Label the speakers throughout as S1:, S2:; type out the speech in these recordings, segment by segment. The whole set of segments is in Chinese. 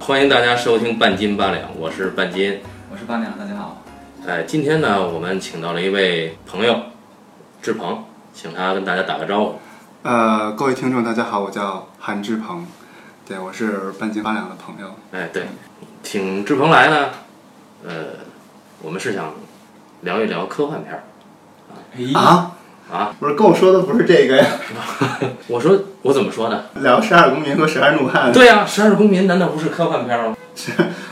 S1: 欢迎大家收听半斤八两，我是半斤。
S2: 我是八两，大家好。
S1: 哎，今天呢，我们请到了一位朋友，志鹏，请他跟大家打个招呼。
S3: 呃，各位听众，大家好，我叫韩志鹏，对我是半斤八两的朋友。
S1: 哎，对，请志鹏来呢，呃，我们是想聊一聊科幻片儿。
S2: 哎
S3: 啊
S1: 啊！
S3: 不是跟我说的不是这个呀？
S1: 我说我怎么说呢？
S3: 聊十二公民和十二怒汉。
S1: 对呀、啊十二公民》难道不是科幻片儿吗？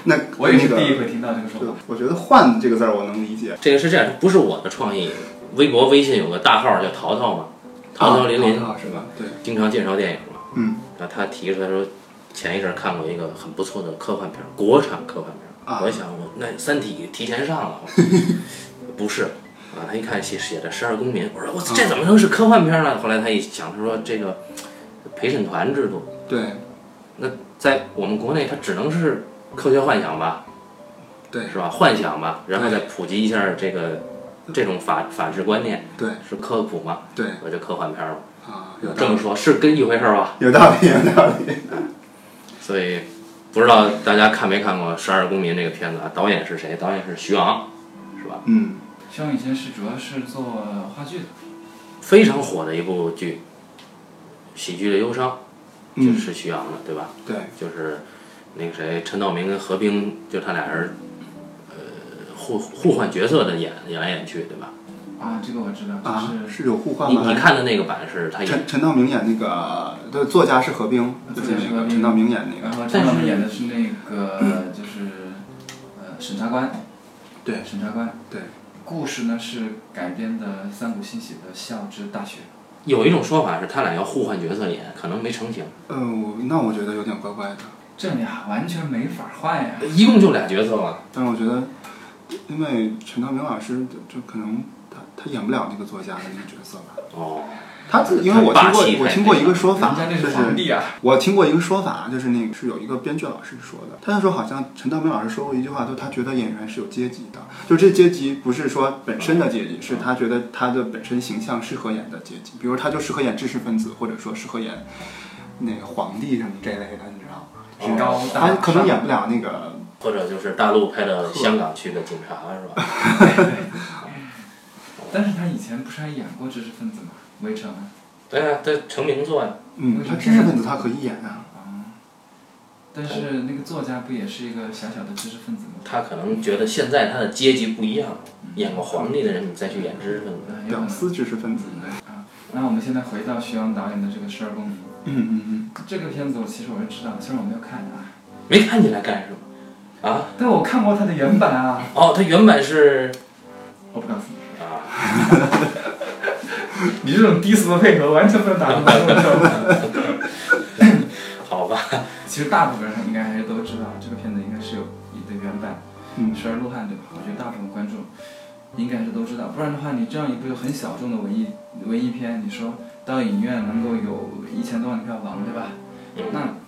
S3: 那
S2: 我也是
S3: 那个
S2: 第一回听到这个说
S3: 对
S2: 法。
S3: 我觉得“换”这个字儿我能理解。
S1: 这个是这样，不是我的创意。微博、微信有个大号叫淘淘嘛，淘淘林林，
S3: 啊是吧？对，
S1: 经常介绍电影嘛。
S3: 嗯
S1: 然后他提出来说，前一阵儿看过一个很不错的科幻片儿，国产科幻片儿。
S3: 啊
S1: 我一想，我那《三体》提前上 了，不是啊？他一看写写的《十二公民》，我说
S3: 啊
S1: 我这怎么能是科幻片儿呢？后来他一想，他说这个陪审团制度
S3: 对
S1: 在我们国内它只能是科学幻想吧，
S3: 对
S1: 是吧？幻想吧，然后再普及一下这个这种法法治观念，
S3: 对
S1: 是科普嘛？
S3: 对
S1: 我就科幻片儿吧。
S3: 啊，有
S1: 这
S3: 道
S1: 么
S3: 理，
S1: 说，是跟一回事儿吧？
S3: 有道理， 有道理。
S1: 所以不知道大家看没看过《十二公民》这个片子啊？导演是谁？导演是徐昂，是吧？
S3: 嗯，
S2: 徐阳以前是主要是做话剧的，
S1: 非常火的一部剧，《喜剧的忧伤》
S3: 嗯
S1: 就是徐昂的，对吧？
S3: 对
S1: 就是那个谁，陈道明跟何冰，就他俩人，呃，互互换角色的演演来演去，对吧？
S2: 啊，这个我知道，
S3: 啊
S2: 就，是
S3: 是有互换
S1: 你
S3: 吗？
S1: 你看的哎那个版是他演
S3: 陈陈道明演那个，对，作家是何冰，就是那个陈道明演那
S2: 然
S3: 个，
S2: 后
S1: 但
S2: 陈
S1: 是
S2: 道明演的是那个就是呃审查官，
S3: 对
S2: 审查官，
S3: 对。
S2: 故事呢是改编的三谷幸喜的《校之大学》，
S1: 有一种说法是他俩要互换角色演，可能没成型，
S3: 呃，那我觉得有点怪怪的。
S2: 这俩完全没法换呀。
S1: 呃一共就俩角色嘛。
S3: 但是我觉得，因为陈道明老师就就可能他他演不了那个作家的那个角色吧。
S1: 哦，
S3: 他自因为我听
S1: 霸
S3: 过
S1: 气
S3: 我
S1: 太
S3: 听过
S1: 那
S3: 一
S1: 个
S3: 个说法
S2: 人家，那
S3: 就是
S2: 皇帝啊！
S3: 我听过一个说法，就是那个是有一个编剧老师说的，他就说好像陈道明老师说过一句话，说他觉得演员是有阶级的，就这阶级不是说本身的阶级，是他觉得他的本身形象适合演的阶级，比如他就适合演知识分子，或者说适合演那个皇帝什么这类的，你知道吗？
S2: 挺高大
S3: 他可能演不了那个，
S1: 或者就是大陆拍的香港区的警察是吧？
S2: 但是他以前不是还演过知识分子吗？围城啊，
S1: 对啊，这成名作呀、
S3: 嗯，他知识分子他可以演啊。
S2: 但是那个作家不也是一个小小的知识分子吗？
S1: 他可能觉得现在他的阶级不一样，演过皇帝的人，你再去演知识分子，
S2: 嗯，有可
S3: 屌
S2: 能
S3: 丝知识分子。
S2: 啊，那我们现在回到徐阳导演的这个《十二公民》
S3: 嗯嗯嗯，
S2: 这个片子，我其实我是知道的，虽然我没有看啊，
S1: 没看起来干什么啊？
S2: 但我看过他的原版啊。
S1: 哦，他原版是
S2: 我不告诉你，
S1: 啊，
S2: 你这种低俗的配合完全不能打动观众的。
S1: 好吧，
S2: 其实大部分人应该还是都知道，这个片子应该是有你的原版，
S3: 嗯
S2: 十二怒汉》对吧？我觉得大部分观众应该是都知道，不然的话，你这样一部很小众的文艺文艺片，你说到影院能够有一千多万的票房，对吧？那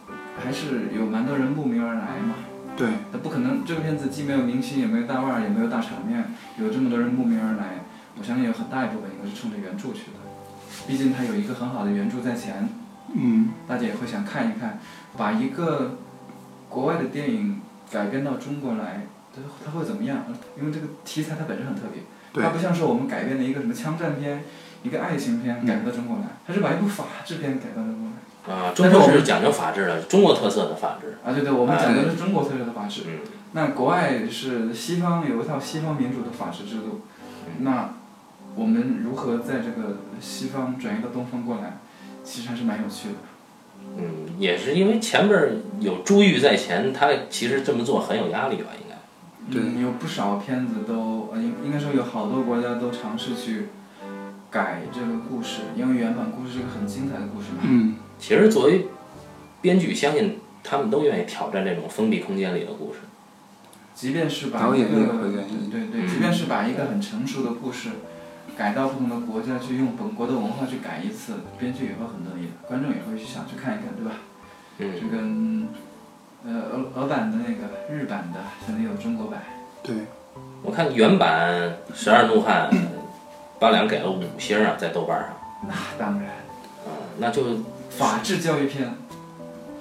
S2: 还是有蛮多人慕名而来嘛。
S3: 对，
S2: 那不可能，这个片子既没有明星，也没有大腕儿，也没有大场面，有这么多人慕名而来，我相信有很大一部分应该是冲着原著去的。毕竟它有一个很好的原著在前，
S3: 嗯，
S2: 大家也会想看一看，把一个国外的电影改编到中国来，它它会怎么样？因为这个题材它本身很特别，
S3: 对
S2: 它不像是我们改编的一个什么枪战片、一个爱情片
S3: 嗯
S2: 改编到中国来，它是把一部法制片改到中国来。
S1: 啊，中国是讲究法治的，中国特色的法
S3: 嗯
S1: 治，
S2: 啊，对对，我们
S1: 啊
S2: 讲的是中国特有的法治。
S1: 嗯
S2: 那国外是西方有一套西方民主的法治制度，
S3: 嗯
S2: 那我们如何在这个西方转移到东方过来，其实还是蛮有趣的。
S1: 嗯，也是因为前边有珠玉在前，他其实这么做很有压力吧，应该，
S3: 对
S2: 嗯，有不少片子都，呃，应应该说有好多国家都尝试去改这个故事，因为原版故事是一个很精彩的故事嘛。
S3: 嗯，
S1: 其实作为编剧，相信他们都愿意挑战这种封闭空间里的故事，
S2: 即便是把
S3: 导
S2: 一
S3: 演也
S2: 个
S3: 会愿意嗯
S2: 对对，即便是把一个很成熟的故事改到不同的国家去，用本国的文化去改一次，编剧也会很乐意的，观众也会去想去看一看，对吧？
S1: 嗯
S2: 这，跟呃俄俄版的那个日版的，现在有中国版，
S3: 对，
S1: 我看原版《十二怒汉》，呃八两给了五星啊，在豆瓣上，
S2: 那当然
S1: 啊、那就
S2: 法治教育片，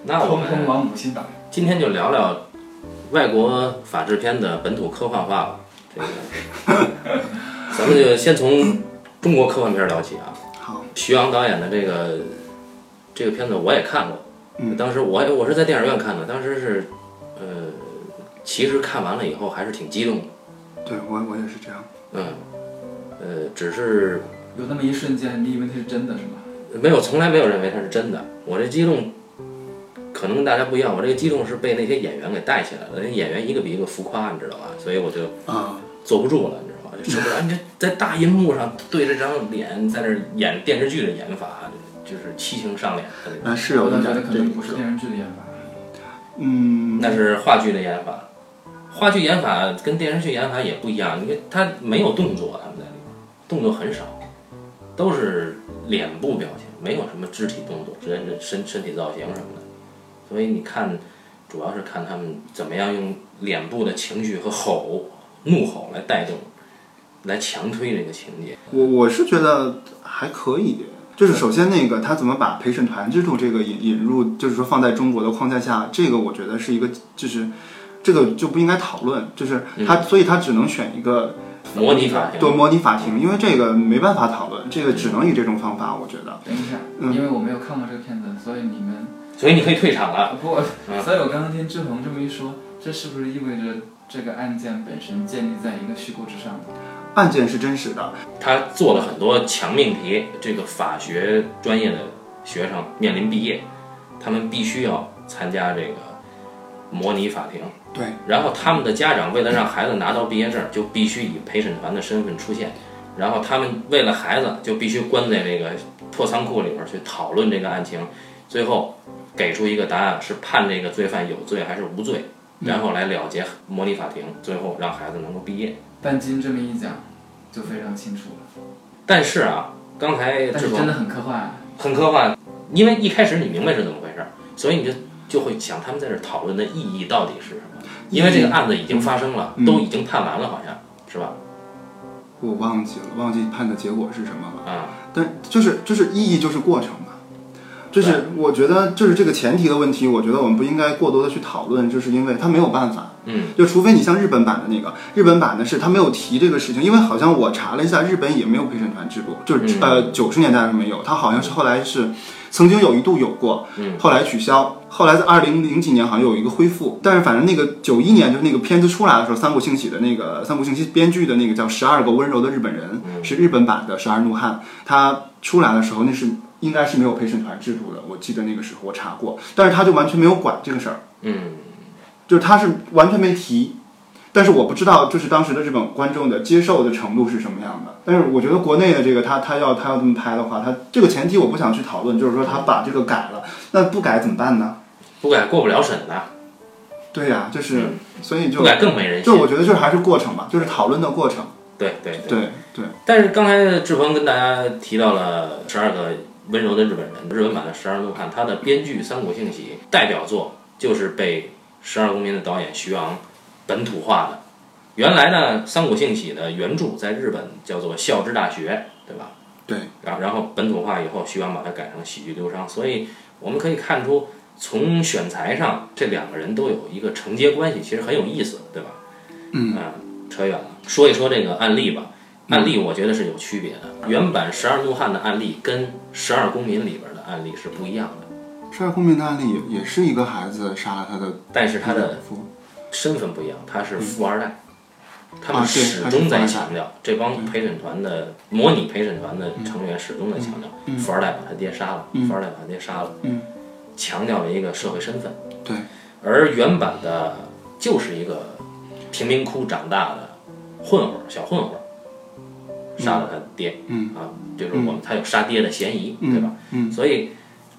S1: 那我
S2: 通通
S1: 们
S2: 往五星版。
S1: 今天就聊聊外国法制片的本土科幻化吧。这个，咱们就先从中国科幻片聊起啊。
S3: 好，
S1: 徐昂导演的这个这个片子我也看过，
S3: 嗯
S1: 当时我也我是在电影院看的，当时是呃，其实看完了以后还是挺激动的，
S3: 对我我也是这样。
S1: 嗯，呃，只是
S2: 有那么一瞬间，你以为它是真的是吗？
S1: 没有，从来没有认为它是真的。我这激动，可能跟大家不一样，我这个激动是被那些演员给带起来的。人家演员一个比一个浮夸，你知道吧？所以我就
S3: 啊，
S1: 坐不住了，你知道吧？就受不了。你这在大银幕上对着张脸在那儿演电视剧的演法，就是七情上脸的那种，
S3: 那是有
S2: 我倒
S3: 一
S2: 觉
S3: 点
S2: 得可
S3: 这
S2: 能不是
S3: 个，
S2: 电视剧的演法。
S3: 嗯，
S1: 那是话剧的演法。话剧演法跟电视剧演法也不一样，因为它没有动作，他们在里面动作很少，都是脸部表情，没有什么肢体动作，人人身身体造型什么的。所以你看，主要是看他们怎么样用脸部的情绪和吼、怒吼来带动，来强推这个情节。
S3: 我我是觉得还可以。就是首先那个他怎么把陪审团制度这个引引入，就是说放在中国的框架下，这个我觉得是一个就是这个就不应该讨论，就是他、所以他只能选一个
S1: 模拟法庭
S3: 对模拟法庭，因为这个没办法讨论，这个只能以这种方法，我觉得。
S2: 等一下，因为我没有看过这个片子，所以你们
S1: 所以你可以退场了。
S2: 啊不，所以我刚刚听志鹏这么一说，这是不是意味着这个案件本身建立在一个虚构之上的？
S3: 案件是真实的，
S1: 他做了很多强命题，这个法学专业的学生面临毕业，他们必须要参加这个模拟法庭。
S3: 对，
S1: 然后他们的家长为了让孩子拿到毕业证，就必须以陪审团的身份出现。然后他们为了孩子，就必须关在这个破仓库里边去讨论这个案情，最后给出一个答案，是判这个罪犯有罪还是无罪，然后来了结模拟法庭，最后让孩子能够毕业。
S2: 但经这么一讲，就非常清楚了。
S1: 但是啊，刚才
S2: 但
S1: 志
S2: 是
S1: 鹏
S2: 真的很科幻、啊，
S1: 很科幻，因为一开始你明白是怎么回事儿，所以你就就会想他们在这讨论的意义到底是什么？因为这个案子已经发生了，
S3: 嗯
S1: 都已经判完了，好像是吧？
S3: 我忘记了，忘记判的结果是什么了。
S1: 啊、
S3: 但就是就是意义就是过程嘛，就是我觉得就是这个前提的问题，我觉得我们不应该过多的去讨论，就是因为他没有办法。
S1: 嗯，
S3: 就除非你像日本版的那个，日本版的是他没有提这个事情，因为好像我查了一下，日本也没有陪审团制度，就是、
S1: 嗯
S3: 呃九十年代是没有，他好像是后来是曾经有一度有过，
S1: 嗯
S3: 后来取消，后来在二零零几年好像有一个恢复，但是反正那个九一年就是那个片子出来的时候，三谷幸喜的那个三谷幸喜编剧的那个叫《十二个温柔的日本人》
S1: 嗯
S3: 是日本版的《十二怒汉》，他出来的时候那是。应该是没有陪审团制度的，我记得那个时候我查过，但是他就完全没有管这个事儿，
S1: 嗯
S3: 就是他是完全没提，但是我不知道就是当时的日本观众的接受的程度是什么样的。但是我觉得国内的这个他他要他要这么拍的话，他这个前提我不想去讨论，就是说他把这个改了，那不改怎么办呢？
S1: 不改过不了审的，
S3: 对呀、就是所以
S1: 嗯不
S3: 就
S1: 改更没人
S3: 就
S1: 信。
S3: 我觉得就是还是过程吧，就是讨论的过程。
S1: 对对对。
S3: 对对，
S1: 但是刚才志鹏跟大家提到了《十二个温柔的日本人》，日文版的《十二怒汉》，它的编剧三谷幸喜代表作就是被《十二公民》的导演徐昂本土化的。原来呢，三谷幸喜的原著在日本叫做《孝之大学》，对吧？
S3: 对。
S1: 啊然后然后本土化以后，徐昂把它改成《喜剧流觞》，所以我们可以看出，从选材上这两个人都有一个承接关系，其实很有意思，对吧？
S3: 嗯
S1: 啊，扯远了，说一说这个案例吧。案例我觉得是有区别的，原版《十二怒汉》的案例跟《十二公民》里边的案例是不一样的，
S3: 十二公民的案例也也是一个孩子杀了他的
S1: 但是他的
S3: 丈夫，
S1: 身份不一样，他是富二代。他们
S3: 嗯啊对
S1: 始终在强调，这帮陪审团
S3: 嗯
S1: 的模拟陪审团的成员始终在强调，富二代把他爹杀了，富二代把他爹杀了，
S3: 嗯
S1: 强调了一个社会身份。
S3: 对，
S1: 而原版的就是一个贫民窟长大的混混儿小混混儿，杀了他爹，
S3: 嗯
S1: 啊，就是我们他有杀爹的嫌疑，
S3: 嗯
S1: 对吧？
S3: 嗯
S1: 所以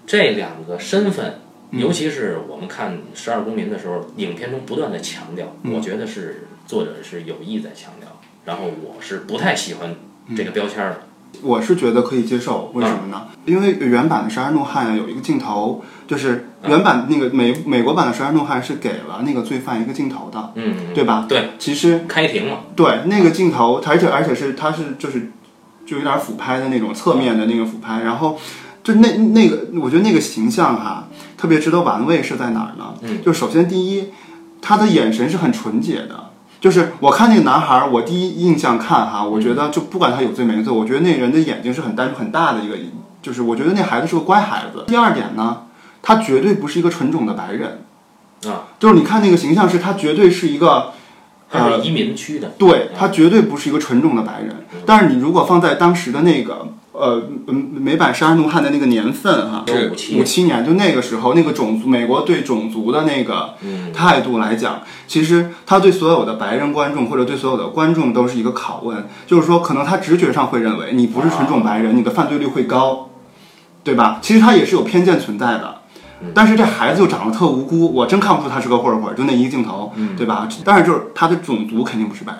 S1: 这两个身份，尤其是我们看《十二公民》的时候，影片中不断的强调，
S3: 嗯
S1: 我觉得是作者是有意在强调，然后我是不太喜欢这
S3: 嗯
S1: 个标签儿的，
S3: 我是觉得可以接受，为什么呢？因为原版的《十二怒汉》有一个镜头，就是原版那个美美国版的《十二怒汉》是给了那个罪犯一个镜头的，
S1: 嗯，
S3: 对吧？
S1: 对，
S3: 其实
S1: 开庭嘛，
S3: 对那个镜呃头，而且而且是它是就是就有点俯拍的那种侧面的那个俯拍，然后。就那那个，我觉得那个形象哈、特别值得玩味是在哪儿呢？
S1: 嗯，
S3: 就首先第一，他的眼神是很纯洁的。就是我看那个男孩儿，我第一印象看哈，我觉得就不管他有罪没罪，我觉得那人的眼睛是很单纯很大的一个，就是我觉得那孩子是个乖孩子。第二点呢，他绝对不是一个纯种的白人，
S1: 啊，
S3: 就是你看那个形象是，他绝对是一个
S1: 他
S3: 啊
S1: 是移民区的，
S3: 对他绝对不是一个纯种的白人，但是你如果放在当时的那个呃嗯美版《杀人怒汉》的那个年份哈，
S1: 是
S3: 是
S1: 57
S3: 五七年，就那个时候那个种族美国对种族的那个
S1: 嗯
S3: 态度来讲，其实他对所有的白人观众或者对所有的观众都是一个拷问，就是说可能他直觉上会认为你不是纯种白人，你的犯罪率会高，对吧？其实他也是有偏见存在的。但是这孩子就长得特无辜，我真看不出他是个混混，就那一个镜头，对吧？但是就是他的种族肯定不是白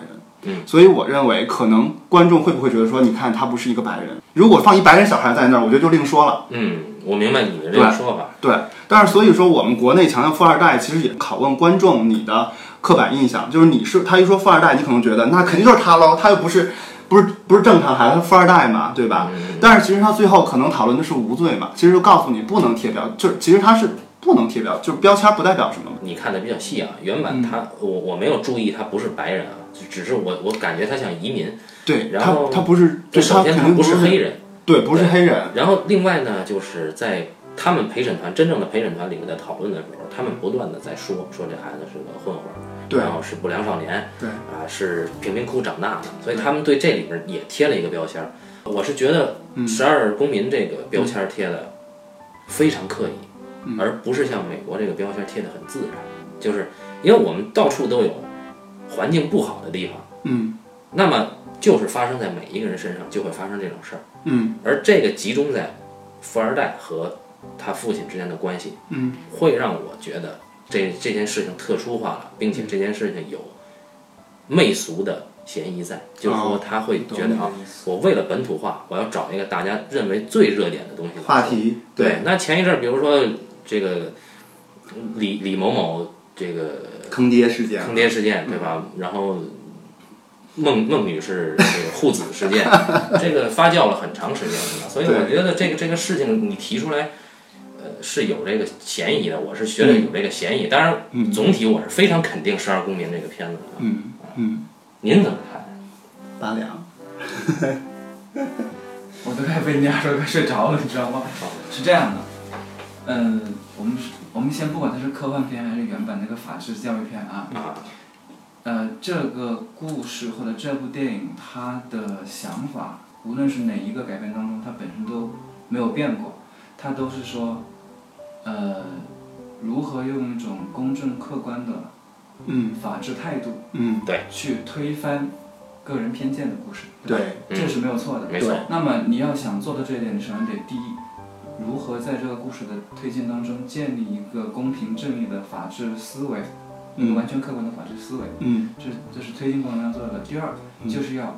S3: 人，所以我认为，可能观众会不会觉得说，你看他不是一个白人？如果放一白人小孩在那儿，我觉得就另说了。
S1: 嗯，我明白你的这个说法，
S3: 对，但是所以说，我们国内强调富二代，其实也拷问观众你的刻板印象，就是你是他一说富二代，你可能觉得那肯定就是他喽，他又不是不是不是正常孩子，他是富二代嘛，对吧？但是其实他最后可能讨论的是无罪嘛，其实就告诉你不能贴标，就是其实他是不能贴标，就是标签不代表什么。
S1: 你看的比较细啊。原
S3: 嗯
S1: 版他，我我没有注意他不是白人啊，只只是我我感觉他像移民，
S3: 对
S1: 然
S3: 他
S1: 后，
S3: 他不是，
S1: 这
S3: 对
S1: 首
S3: 他
S1: 先
S3: 肯
S1: 他
S3: 定
S1: 不是
S3: 是
S1: 黑，人。
S3: 对，不是黑人，
S1: 然后另外呢，就是在他们陪审团真正的陪审团里面在讨论的时候，他们不断的在说说这孩子是个混混儿，
S3: 对
S1: 然后是不良少年，
S3: 对
S1: 啊、是贫民窟长大的，所以他们对这里边也贴了一个标签儿。我是觉得
S3: 嗯
S1: “十二公民”这个标签儿贴的非常刻意，
S3: 嗯
S1: 而不是像美国这个标签儿贴的很自然，就是因为我们到处都有环境不好的地方，
S3: 嗯
S1: 那么就是发生在每一个人身上就会发生这种事儿。
S3: 嗯
S1: 而这个集中在富二代和他父亲之间的关系，
S3: 嗯，
S1: 会让我觉得这这件事情特殊化了，并
S3: 嗯
S1: 且这件事情有媚俗的嫌疑在，就是
S3: 哦
S1: 说他会觉得啊，我为了本土化，我要找一个大家认为最热点的东西来说
S3: 话。题，
S1: 对，那前一阵儿，比如说这个李李某某这个
S3: 坑爹事件，
S1: 坑爹事件，对吧？然后孟孟女士这个护子事件，这个发酵了很长时间，对吧？所以我觉得这个这个事情你提出来，呃，是有这个嫌疑的。我是觉得有这个嫌疑，当然总体我是非常肯定《十二公民》这个片子的。
S3: 嗯嗯，
S1: 您怎么看？
S3: 拔凉，
S2: 我都快被你俩说快睡着了，你知道吗？是这样的，嗯、我们是我们先不管它是科幻片还是原版那个法制教育片啊，
S1: 啊，
S2: 呃，这个故事或者这部电影它的想法，无论是哪一个改编当中，它本身都没有变过，它都是说，呃，如何用一种公正客观的
S3: 嗯
S2: 法治态度
S3: 嗯，
S2: 去推翻个人偏见的故事，吧
S3: 对，
S1: 嗯
S2: 这是没有错的。
S1: 没错，
S2: 那么你要想做到这一点，你首先得第一，如何在这个故事的推进当中建立一个公平正义的法治思维，一个
S3: 嗯
S2: 完全客观的法治思维，
S3: 嗯
S2: 这这是推进过程要做的。第二，
S3: 嗯
S2: 就是要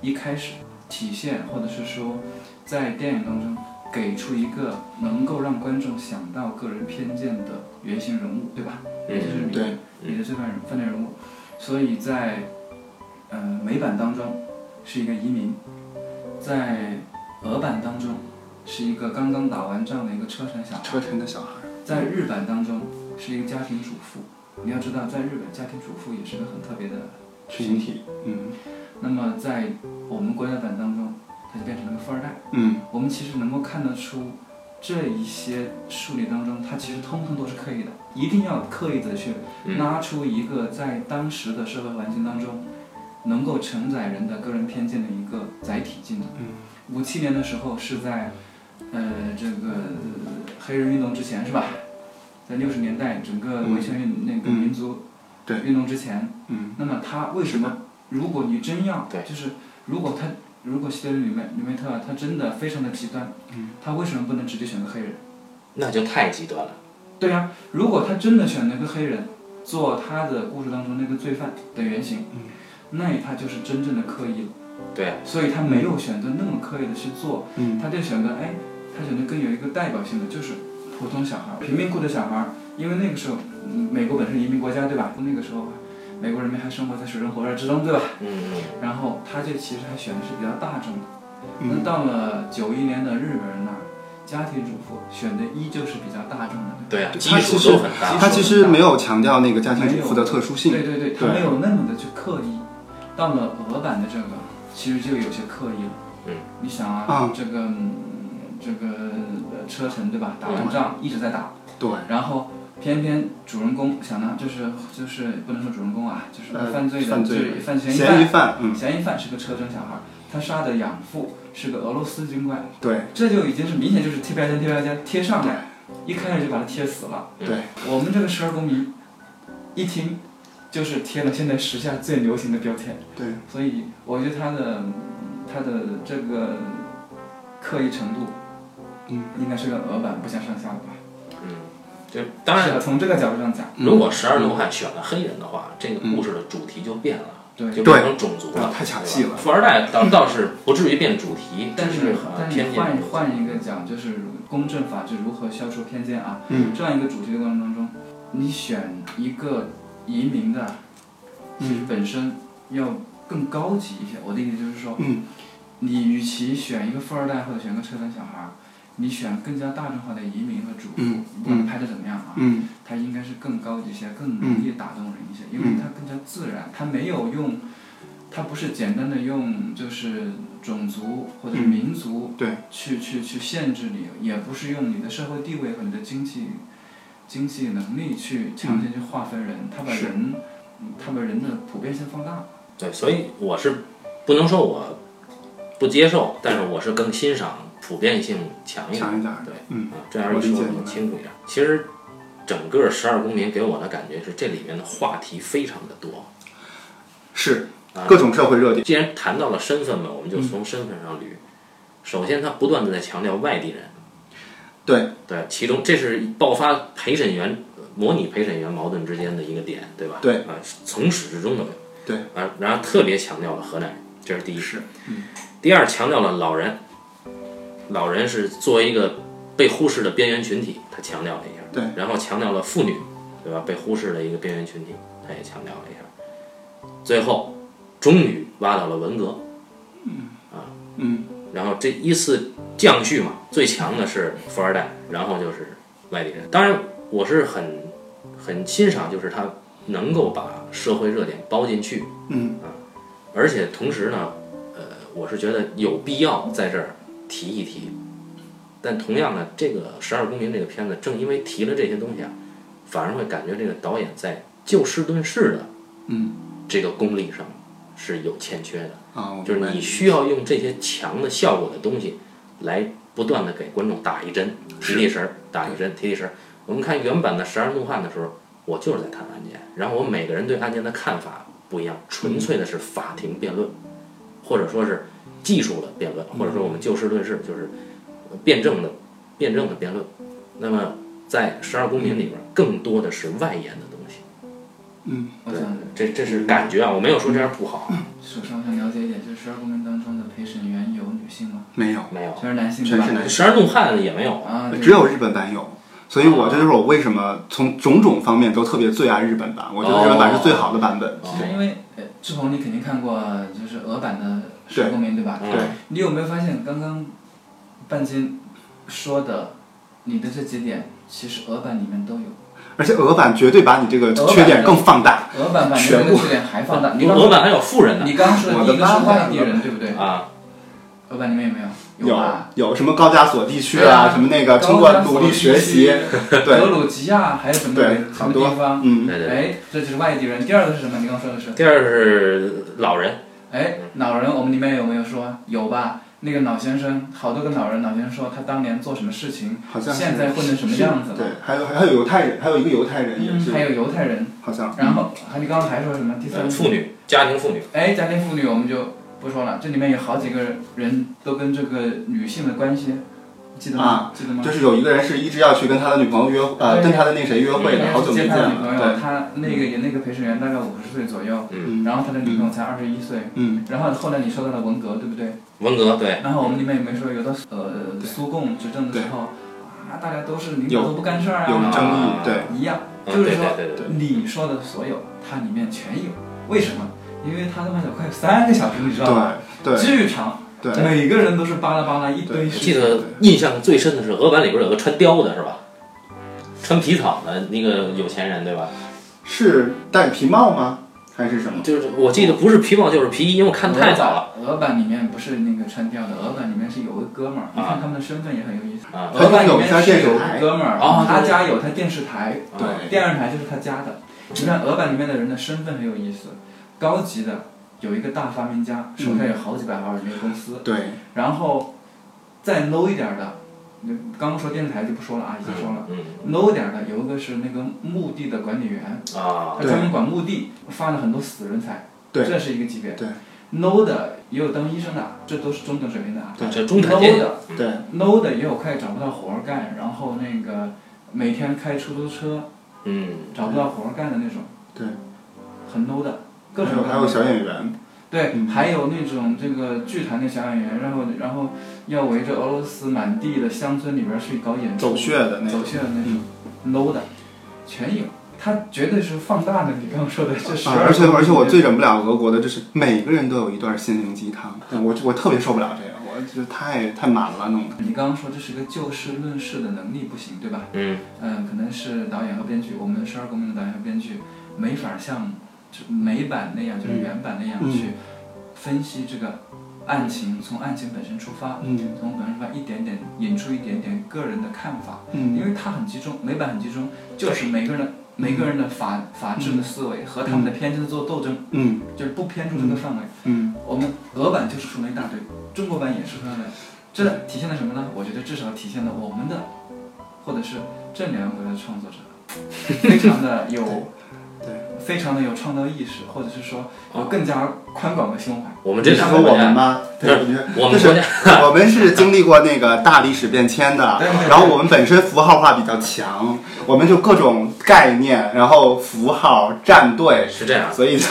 S2: 一开始体现或者是说在电影当中给出一个能够让观众想到个人偏见的原型人物，对吧？也就是
S1: 嗯
S2: 你
S3: 对
S2: 你的罪犯人犯罪人物，所以在呃美版当中是一个移民，在俄版当中是一个刚刚打完仗的一个车臣小孩，
S3: 车臣的小孩，
S2: 在日版当中是一个家庭主妇。你要知道，在日本家庭主妇也是个很特别的
S3: 群体，嗯
S2: 那么在我们国家版当中，它就变成了富二代。
S3: 嗯
S2: 我们其实能够看得出，这一些梳理当中，它其实通通都是刻意的，一定要刻意的去
S1: 嗯
S2: 拉出一个在当时的社会环境当中，能够承载人的个人偏见的一个载体进来。
S3: 嗯
S2: 五七年的时候是在，呃，这个黑人运动之前是吧？在六十年代整个维权运那个
S3: 嗯
S2: 民族
S3: 对
S2: 运动之前，
S3: 嗯
S2: 那么他为什么？如果你真要，
S1: 对
S2: 就是如果他如果希特勒里面里面特他真的非常的极端，
S3: 嗯
S2: 他为什么不能直接选个黑人？
S1: 那就太极端了。
S2: 对呀、如果他真的选了个黑人做他的故事当中那个罪犯的原型，
S3: 嗯
S2: 那他就是真正的刻意了。
S1: 对啊
S2: 所以他没有选择那么刻意的去做，
S3: 嗯
S2: 他就选择哎，他选择更有一个代表性的，就是普通小孩儿、贫民窟的小孩儿，因为那个时候嗯美国本身移民国家对吧？那个时候美国人民还生活在水深火热之中对吧？
S1: 嗯嗯
S2: 然后他这其实还选的是比较大众的。那
S3: 嗯
S2: 到了九一年的日本人那儿，家庭主妇选的依旧是比较大众的，对吧
S1: 对啊，基
S3: 他
S1: 础
S3: 其实
S1: 都很大。
S3: 他其实没有强调那个家庭主妇的特殊性
S2: 对，对对，他
S3: 对
S2: 没有那么的去刻意。到了俄版的这个，其实就有些刻意了。
S1: 嗯，
S2: 你想啊，
S3: 啊
S2: 这个、嗯这个呃车臣对吧？打
S1: 嗯
S2: 完仗一直在打，
S3: 对，
S2: 然后偏偏主人公想呢，就是就是不能说主人公啊，就是
S3: 呃
S2: 犯罪的
S3: 犯
S2: 就
S3: 罪
S2: 是犯嫌疑
S3: 嫌疑
S2: 犯，
S3: 犯，嗯，
S2: 嫌疑犯是个车臣小孩儿，他杀的养父是个俄罗斯军官，
S3: 对
S2: 这就已经是明显就是贴标签贴标签贴上来，一开始就把他贴死了。
S3: 对，
S2: 我们这个十二公民一听就是贴了现在时下最流行的标签，
S3: 对，嗯
S2: 所以我觉得他的他的这个刻意程度，
S3: 嗯，
S2: 应该是跟俄版不相上下的吧。
S1: 嗯，就当然
S2: 是，吧从这个角度上讲，
S1: 如果十二怒汉选了黑人的话，这个故事的主题就变了，
S2: 对
S1: 就变成种族
S3: 啊
S1: 了，
S3: 太抢
S1: 对吧
S3: 戏了，
S1: 富二代倒倒是不至于变主题，
S2: 但
S1: 是
S2: 是
S1: 很
S2: 但是
S1: 偏
S2: 你
S1: 见
S2: 换换一个讲，就是公正法治如何消除偏见啊，
S3: 嗯
S2: 这样一个主题的过程当中，你选一个移民的
S3: 嗯
S2: 本身要更高级一些。我的意思就是说。
S3: 嗯，
S2: 你与其选一个富二代或者选个车臣小孩儿，你选更加大众化的移民和主妇，
S3: 嗯
S2: 不管拍的怎么样啊，
S3: 嗯
S2: 它应该是更高级一些，更
S3: 嗯
S2: 容易打动人一些，因为它更加自然，它没有用，它不是简单的用就是种族或者
S3: 嗯
S2: 民族
S3: 对
S2: 去、去去限制你，也不是用你的社会地位和你的经济经济能力去强行去划分人，它把
S3: 是
S2: 人，嗯它把人的普遍性放大了。
S1: 对，所以我是不能说我不接受，但是我是更欣赏普遍性强一点
S3: 强一点儿，
S1: 对
S3: 嗯
S1: 啊，这样一说更清楚一点。其实整个《十二公民》给我的感觉是，这里面的话题非常的多。
S3: 是
S1: 啊
S3: 各种社会热点，
S1: 既然谈到了身份嘛，我们就从身份上捋。首先，他不断的在强调外地人，
S3: 对
S1: 对，其中这是爆发陪审员模拟陪审员矛盾之间的一个点，对吧？
S3: 对
S1: 啊，从始至终都有。
S3: 对
S1: 啊，然后特别强调了河南人，这是第一。
S3: 是嗯
S1: 第二，强调了老人，老人是作为一个被忽视的边缘群体，他强调了一下。
S3: 对，
S1: 然后强调了妇女，对吧？被忽视的一个边缘群体，他也强调了一下。最后，终于挖到了文革，
S3: 嗯
S1: 然后这依次降序嘛，最强的是富二代，然后就是外地人。当然，我是很很欣赏，就是他能够把社会热点包进去，啊
S3: 嗯
S1: 而且同时呢，呃，我是觉得有必要在这儿提一提。但同样呢，这个《十二公民》这个片子，正因为提了这些东西啊，反而会感觉这个导演在就事论事的
S3: 嗯
S1: 这个功力上是有欠缺的。
S3: 啊，我
S1: 就是
S3: 明白
S1: 你需要用这些强的效果的东西，来不断的给观众打一针，提提神儿，打一针，提提神儿。我们看原版的《十二怒汉》的时候，我就是在看案件，然后我每个人对案件的看法不一样，纯粹的是法庭辩论，或者说是技术的辩论，或者说我们就事论事，就是辩证的辩证的辩论。那么在《十二公民》里边，更多的是外延的东西。
S3: 嗯
S2: 我
S1: 对
S2: 想，
S1: 这这是感觉啊，我没有说这样不好啊，
S2: 首先我想了解一点，就是十二公民当中的陪审员有女性吗？
S3: 没有，
S1: 没有。
S2: 全是男性，
S3: 全是
S2: 对吧
S1: 《
S3: 男
S1: 十二怒汉》也没有
S2: 啊，
S3: 只有日本版有。所以我这就是我为什么从种种方面都特别最爱日本
S1: 哦
S3: 版，我觉得日本版是最好的版本。
S2: 其实因为呃，志鹏你肯定看过啊就是俄版的《十公民》对吧？
S1: 嗯
S3: 对
S2: 你有没有发现刚刚半斤说的你的这几点，其实俄版里面都有，
S3: 而且俄版绝对把你这个缺点更放大。
S2: 俄版版里面的缺点还放 大。你刚
S1: 俄版还有富人呢
S2: 你刚刚说的
S3: 我
S2: 第
S3: 的
S2: 一个
S3: 妈
S2: 是
S3: 呀
S2: 外地人，对不对？
S1: 啊，
S2: 俄版里面有没有？
S3: 有
S2: 吧。
S3: 有什么高加索地区
S2: 对啊
S3: 啊，什么那个通过努力学习，
S2: 格
S3: 对
S2: 鲁吉亚还有什么
S3: 对
S2: 什
S3: 好
S2: 么
S3: 多
S2: 地方？
S1: 对
S3: 嗯，
S1: 对对。
S2: 哎，这就是外地人。第二个是什么？你刚刚说的是？
S1: 第二是老人，
S2: 哎，老人，我们里面有没有说有吧？那个老先生，好多个老人，老先生说他当年做什么事情，
S3: 好像是
S2: 现在混成什么样子了
S3: 对，还有还有犹太人，还有一个犹太人也
S2: 嗯还
S3: 是，嗯
S2: 有犹太人，
S3: 好像
S2: 然后还你刚刚还说什么？第三
S1: 呃，妇女，家庭妇女，
S2: 哎，家庭妇女我们就不说了，这里面有好几个人都跟这个女性的关系，记得吗？
S3: 啊
S2: 记得吗？
S3: 就是有一个人是一直要去跟他的女朋友约，呃，
S2: 对
S3: 跟他的那谁约会的，好久没
S2: 接
S3: 见
S2: 他的女朋友，
S3: 了，
S2: 他那个也那个陪审员大概五十岁左右，
S3: 嗯
S2: 然后他的女朋友才二十一岁，
S3: 对，嗯，
S2: 然后后来你说到了文革，对不对？
S1: 文革对，
S2: 然后我们里面也没说，有的呃
S3: 对
S2: 苏共执政的时候，啊，大家都是领导
S3: 有
S2: 都不干事儿啊，
S3: 有争议
S1: 啊，
S3: 对，
S2: 一样，
S1: 嗯
S2: 就
S1: 对对
S2: 是说
S1: 对对对，
S2: 你说的所有，它里面全有。为什么？因为它他妈有快三个小时，你知道吗？
S3: 对对，
S2: 巨长。
S3: 对，
S2: 每个人都是巴拉巴拉一堆
S3: 对
S1: 我
S2: 事
S1: 记
S2: 情。
S1: 得印象最深的是俄版里边有个穿貂的是吧？穿皮草的那个有钱人对吧？
S3: 是戴皮帽吗？还是什么？
S1: 就是我记得不是皮帽就是皮衣，因为我看太早了。
S2: 俄版里面不是那个穿吊的，俄版里面是有个哥们儿，
S3: 啊
S2: 你看他们的身份也很有意思。
S1: 啊
S2: 俄版里面是有个哥们儿
S1: 哦，
S2: 他
S1: 对
S2: 家有他电视台，啊
S1: 对
S2: 电视台就是他家的。你看俄版里面的人的身份很有意思，高级的有一个大发明家，手
S1: 嗯
S2: 下有好几百号人的公司，
S3: 对，
S2: 然后再 low 一点儿的，刚刚说电视台就不说了啊，已经说了。
S1: 嗯
S2: low 一点儿的有一个是那个墓地的管理员，
S1: 啊
S2: 他专门管墓地，发了很多死人才，
S3: 对
S2: 这是一个级别。
S3: 对
S2: low 的也有当医生的，这都是中等水平的啊。
S3: 对
S1: 这中产阶级
S2: low 的
S3: 对，
S2: low 的也有快找不到活儿干，然后那个每天开出租车
S1: 嗯
S2: 找不到活儿干的那种，
S3: 对，
S2: 很 low 的，各
S3: 还
S2: 种
S3: 有
S2: 各
S3: 还
S2: 样
S3: 有
S2: 的
S3: 小演员，
S2: 对，
S3: 嗯
S2: 还有那种这个剧团的小演员，然后然后要围着俄罗斯满地的乡村里边儿去搞演出，
S3: 走穴的那
S2: 走
S3: 种。嗯
S2: 穴的那种 low 的，全有。他绝对是放大的，你刚刚说的这十
S3: 啊，
S2: 二
S3: 而且
S2: 个
S3: 而且
S2: 里
S3: 我
S2: 面
S3: 最忍不了俄国的就是每个人都有一段心灵鸡汤，我我特别受不了这个，我就太太满了弄的。
S2: 你刚刚说这是个就事论事的能力不行，对吧？
S1: 嗯
S2: 嗯，可能是导演和编剧，我们十二公民的导演和编剧没法像就美版那样，就是原版那样
S3: 嗯
S2: 去分析这个案情，从案情本身出发，
S3: 嗯
S2: 从本身出发一点点引出一点点个人的看法，因
S3: 嗯，
S2: 为它很集中，美版很集中，就是每个人的每个人的法法治的思维和他们的偏见做斗争，
S3: 嗯
S2: 就是不偏重这个范围。
S3: 嗯
S2: 我们俄版就是出了一大堆，中国版也是出了一大堆，这体现了什么呢？我觉得至少体现了我们的，或者是这两国的 创作者，非常的有，
S3: 对
S2: 非常的有创造意识，或者是说有更加宽广的胸怀。
S1: 我们这
S3: 你是
S1: 两
S3: 说
S1: 个国
S3: 我们
S1: 家，
S3: 吗？
S1: 对
S3: 你
S1: 我
S3: 就
S1: 们
S3: 是
S1: 国家
S3: 我们是经历过那个大历史变迁的
S2: 对对，对
S3: 然后我们本身符号化比较强，我们就各种概念，然后符号、战队，
S1: 是这样，
S3: 所以哎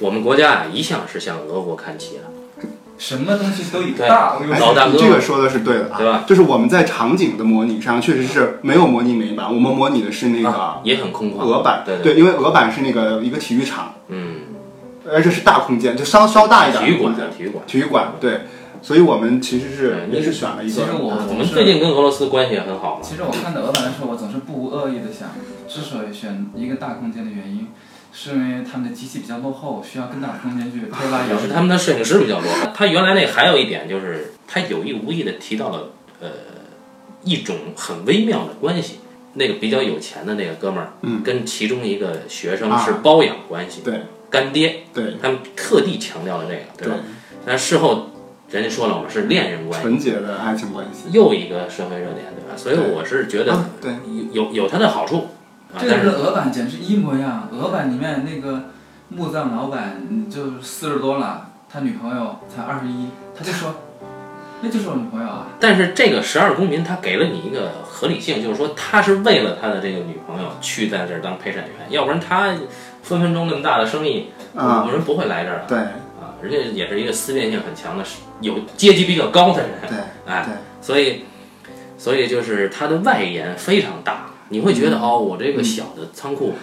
S1: 我们国家啊一向是向俄国看齐的，
S2: 什么东西都以大为
S1: 对
S3: 哎
S1: 老大哥
S3: 你这个说的是对的啊，
S1: 对吧？
S3: 就是我们在场景的模拟上确实是没有模拟美版，我们模拟的是那
S1: 啊
S3: 个
S1: 也很空旷，
S3: 俄版，
S1: 对，
S3: 因为俄版是那个一个体育场，
S1: 嗯，
S3: 而且是大空间，就稍稍大一点
S1: 体
S3: 的
S1: 育
S3: 空间
S1: 馆，，体育馆。
S3: 体育馆对，所以我们其实是
S1: 对
S3: 也是选了一
S2: 其实
S3: 个，
S2: 我
S1: 我们最近跟俄罗斯关系也很好嘛，
S2: 其实我看到俄版的时候，我总是不无恶意的想，之所以选一个大空间的原因，是因为他们的机器比较落后，需要更大的空间去 推拉
S1: 也
S2: 摇
S1: 是。他们的摄影师比较多。他原来那还有一点就是，他有意无意的提到了呃一种很微妙的关系。那个比较有钱的那个哥们儿，
S3: 嗯
S1: 跟其中一个学生
S3: 啊
S1: 是包养关系，
S3: 对
S1: 干爹，
S3: 对
S1: 他们特地强调了这个，对
S3: 对
S1: 吧？，但事后人家说了，我们是恋人关系，
S3: 纯洁的爱情关系。
S1: 又一个社会热点，对吧？所以
S3: 对
S1: 我是觉得
S3: 啊，对，
S1: 有有有它的好处啊，
S2: 这
S1: 但
S2: 个
S1: 是
S2: 俄版简直一模一样，俄版里面那个墓葬老板嗯就四十多了，他女朋友才二十一，他就说，那就是我女朋友啊。
S1: 但是这个十二公民他给了你一个合理性，就是说他是为了他的这个女朋友去在这儿当陪审员，要不然他分分钟那么大的生意，
S3: 啊、
S1: 有人不会来这儿的
S3: 对
S1: 啊。人家也是一个思辨性很强的，有阶级比较高的人，
S3: 对
S1: 哎
S3: 对，
S1: 所以所以就是他的外延非常大，你会觉得、哦，我这个小的仓库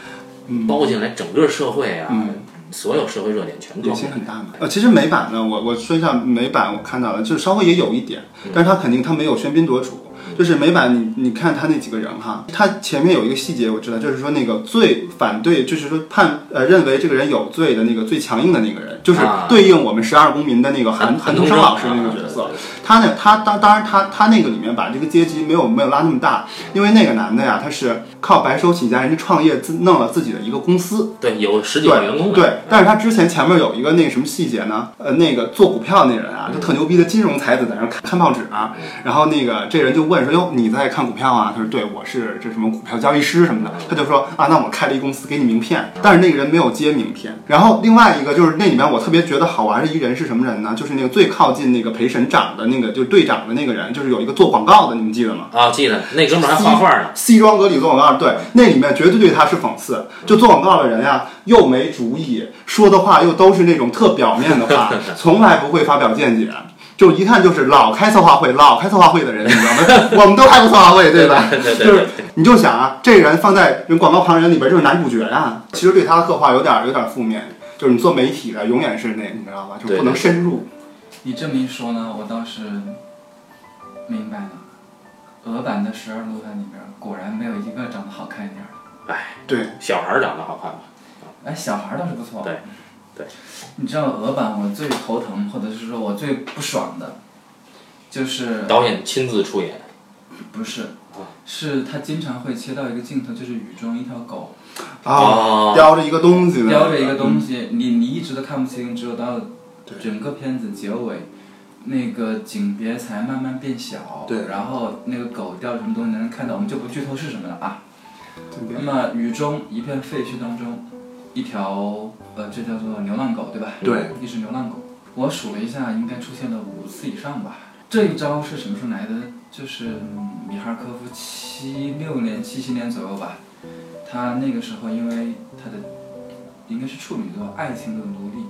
S3: 嗯，
S1: 包进来整个社会啊，
S3: 嗯
S1: 所有社会热点全
S3: 野
S1: 装
S3: 心很大嘛。呃，其实美版呢，我我说一下美版，我看到了，就是稍微也有一点，但是它肯定它没有喧宾夺主。就是美版你，你看他那几个人哈，他前面有一个细节我知道，就是说那个最反对，就是说判呃认为这个人有罪的那个最强硬的那个人，就是
S1: 啊
S3: 对应我们十二公民的那个韩韩东升老师那个角色，他呢，他当当然他他那个里面把这个阶级没有没有拉那么大，因为那个男的呀，他是靠白手起家，人家创业自弄了自己的一个公司，
S1: 对，有十几
S3: 对
S1: 个员工呢啊
S3: 对，但是他之前前面有一个那个什么细节呢？呃，那个做股票那人啊，
S1: 嗯
S3: 就特牛逼的金融才子，在那儿看看报纸啊、然后那个这人就问说：“哟，你在看股票啊？”他说：“对，我是这什么股票交易师什么的。”
S1: 嗯
S3: 他就说：“啊，那我开了一公司，给你名片。”但是那个人没有接名片。然后另外一个就是那里面我特别觉得好玩的一人是什么人呢？就是那个最靠近那个陪审长的那个，就是队长的那个人，就是有一个做广告的，你们记得吗？
S1: 啊，记得那哥们儿还画画呢，
S3: 西装革履做广告，对，那里面绝对对他是讽刺。就做广告的人呀，又没主意，说的话又都是那种特表面 的话，从来不会发表见解，就一看就是老开策划会、老开策划会的人，你知道吗？我们都开过策划会，对吧？
S1: 对对对
S3: 就是你就想啊，这人放在人广告狂人里边就是男主角啊，其实对他的刻画有点有点负面，就是你做媒体的永远是那，你知道吧？就不能深入。
S2: 你这么一说呢，我倒是明白了。俄版的十二路汉里边儿果然没有一个长得好看一点儿的。
S3: 对，
S1: 小孩儿长得好看吗？
S2: 哎，小孩儿倒是不错。
S1: 对，对。
S2: 你知道俄版我最头疼，或者是说我最不爽的，就是
S1: 导演亲自出演，
S2: 不是，
S1: 啊
S2: 是他经常会切到一个镜头，就是雨中一条狗
S1: 哦
S3: 啊，叼着一个东西呢，嗯
S2: 叼着一个东西，你你一直都看不清，只有到
S3: 对
S2: 整个片子结尾，那个景别才慢慢变小，
S3: 对
S2: 然后那个狗叼着什么东西能看到，我们就不剧透是什么了啊。
S3: 对
S2: 那么雨中一片废墟当中，一条呃，这叫做流浪狗对吧？
S3: 对，
S2: 一只流浪狗。我数了一下，应该出现了五次以上吧。这一招是什么时候来的？就是米哈尔科夫七六年、七七年左右吧。他那个时候因为他的应该是处女座，爱情的奴隶，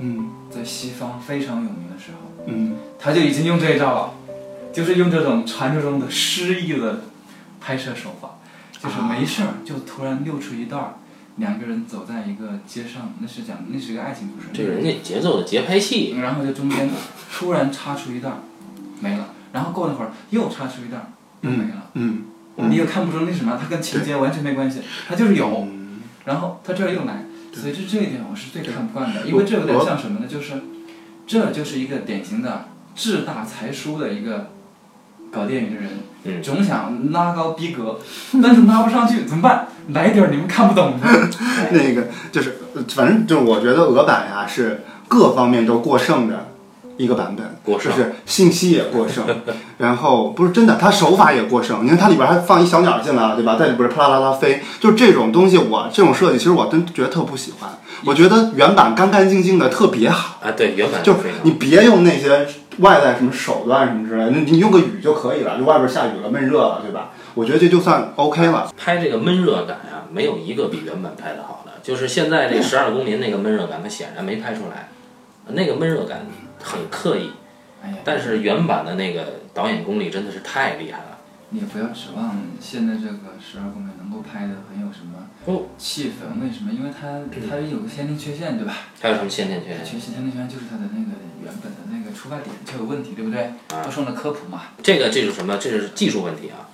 S3: 嗯
S2: 在西方非常有名的时候，
S3: 嗯，
S2: 他就已经用这一招了，就是用这种传说中的诗意的拍摄手法，就是没事儿就突然溜出一段儿，两个人走在一个街上，那是讲那是一个爱情故事，
S1: 这个人家节奏的节拍器，
S2: 然后就中间突然插出一段儿，没了，然后过了会儿又插出一段儿，又没了，
S3: 嗯
S2: 你又看不出那什么，它跟情节完全没关系，它就是有，
S3: 嗯，
S2: 然后他这儿又来，所以这这一点我是最看不惯的，因为这有点像什么呢？就是，这就是一个典型的志大才疏的一个搞电影的人，
S1: 嗯
S2: 总想拉高逼格，但是拉不上去，怎么办？来一点儿你们看不懂的，
S3: 那个就是，呃反正就是我觉得俄版呀、是各方面都过剩的一个版本，
S1: 过剩
S3: 就是信息也过 剩，然后不是真的，它手法也过剩。你看它里边还放一小鸟进来了，对吧？在里边啪啦啦啦飞，就这种东西我，这种设计，其实我真觉得特不喜欢。我觉得原版干干净净的特别好，
S1: 啊，对，原版
S3: 就
S1: 非常
S3: 你别用那些外在什么手段什么之类的，你你用个雨就可以了。就外边下雨了，闷热了，对吧？我觉得这就算 OK 了。
S1: 拍这个闷热感啊，没有一个比原版拍的好的。就是现在这《十二公民》那个闷热感，它显然没拍出来，那个闷热感很刻意。
S2: 哎呀，
S1: 但是原版的那个导演功力真的是太厉害了。
S2: 你也不要指望现在这个十二宫位能够拍的很有什么
S1: 不
S2: 气氛，为什么？因为它它有个先天缺陷，对吧？
S1: 还有什么先天缺陷？
S2: 缺陷先天缺陷就是它的那个原本的那个出发点就有问题，对不对？都受了科普嘛。
S1: 这个这是什么？这是技术问题啊。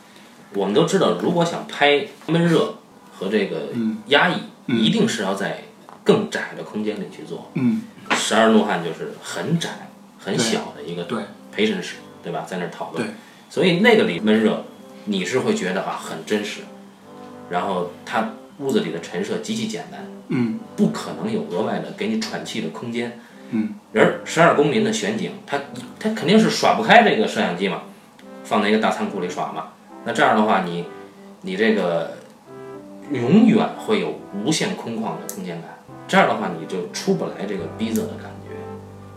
S1: 我们都知道，如果想拍闷热和这个
S3: 嗯
S1: 压抑，一定是要在更窄的空间里去做。
S3: 嗯，
S1: 十二怒汉就是很窄、很
S3: 对
S1: 小的一个
S3: 对
S1: 陪审室，对吧？在那儿讨论
S3: 对。
S1: 所以那个里闷热，你是会觉得啊很真实，然后它屋子里的陈设极其简单，
S3: 嗯
S1: 不可能有额外的给你喘气的空间。
S3: 嗯，
S1: 而十二公民的选景，他他肯定是耍不开这个摄像机嘛，放在一个大仓库里耍嘛。那这样的话，你你这个永远会有无限空旷的空间感，这样的话你就出不来这个逼仄的感觉。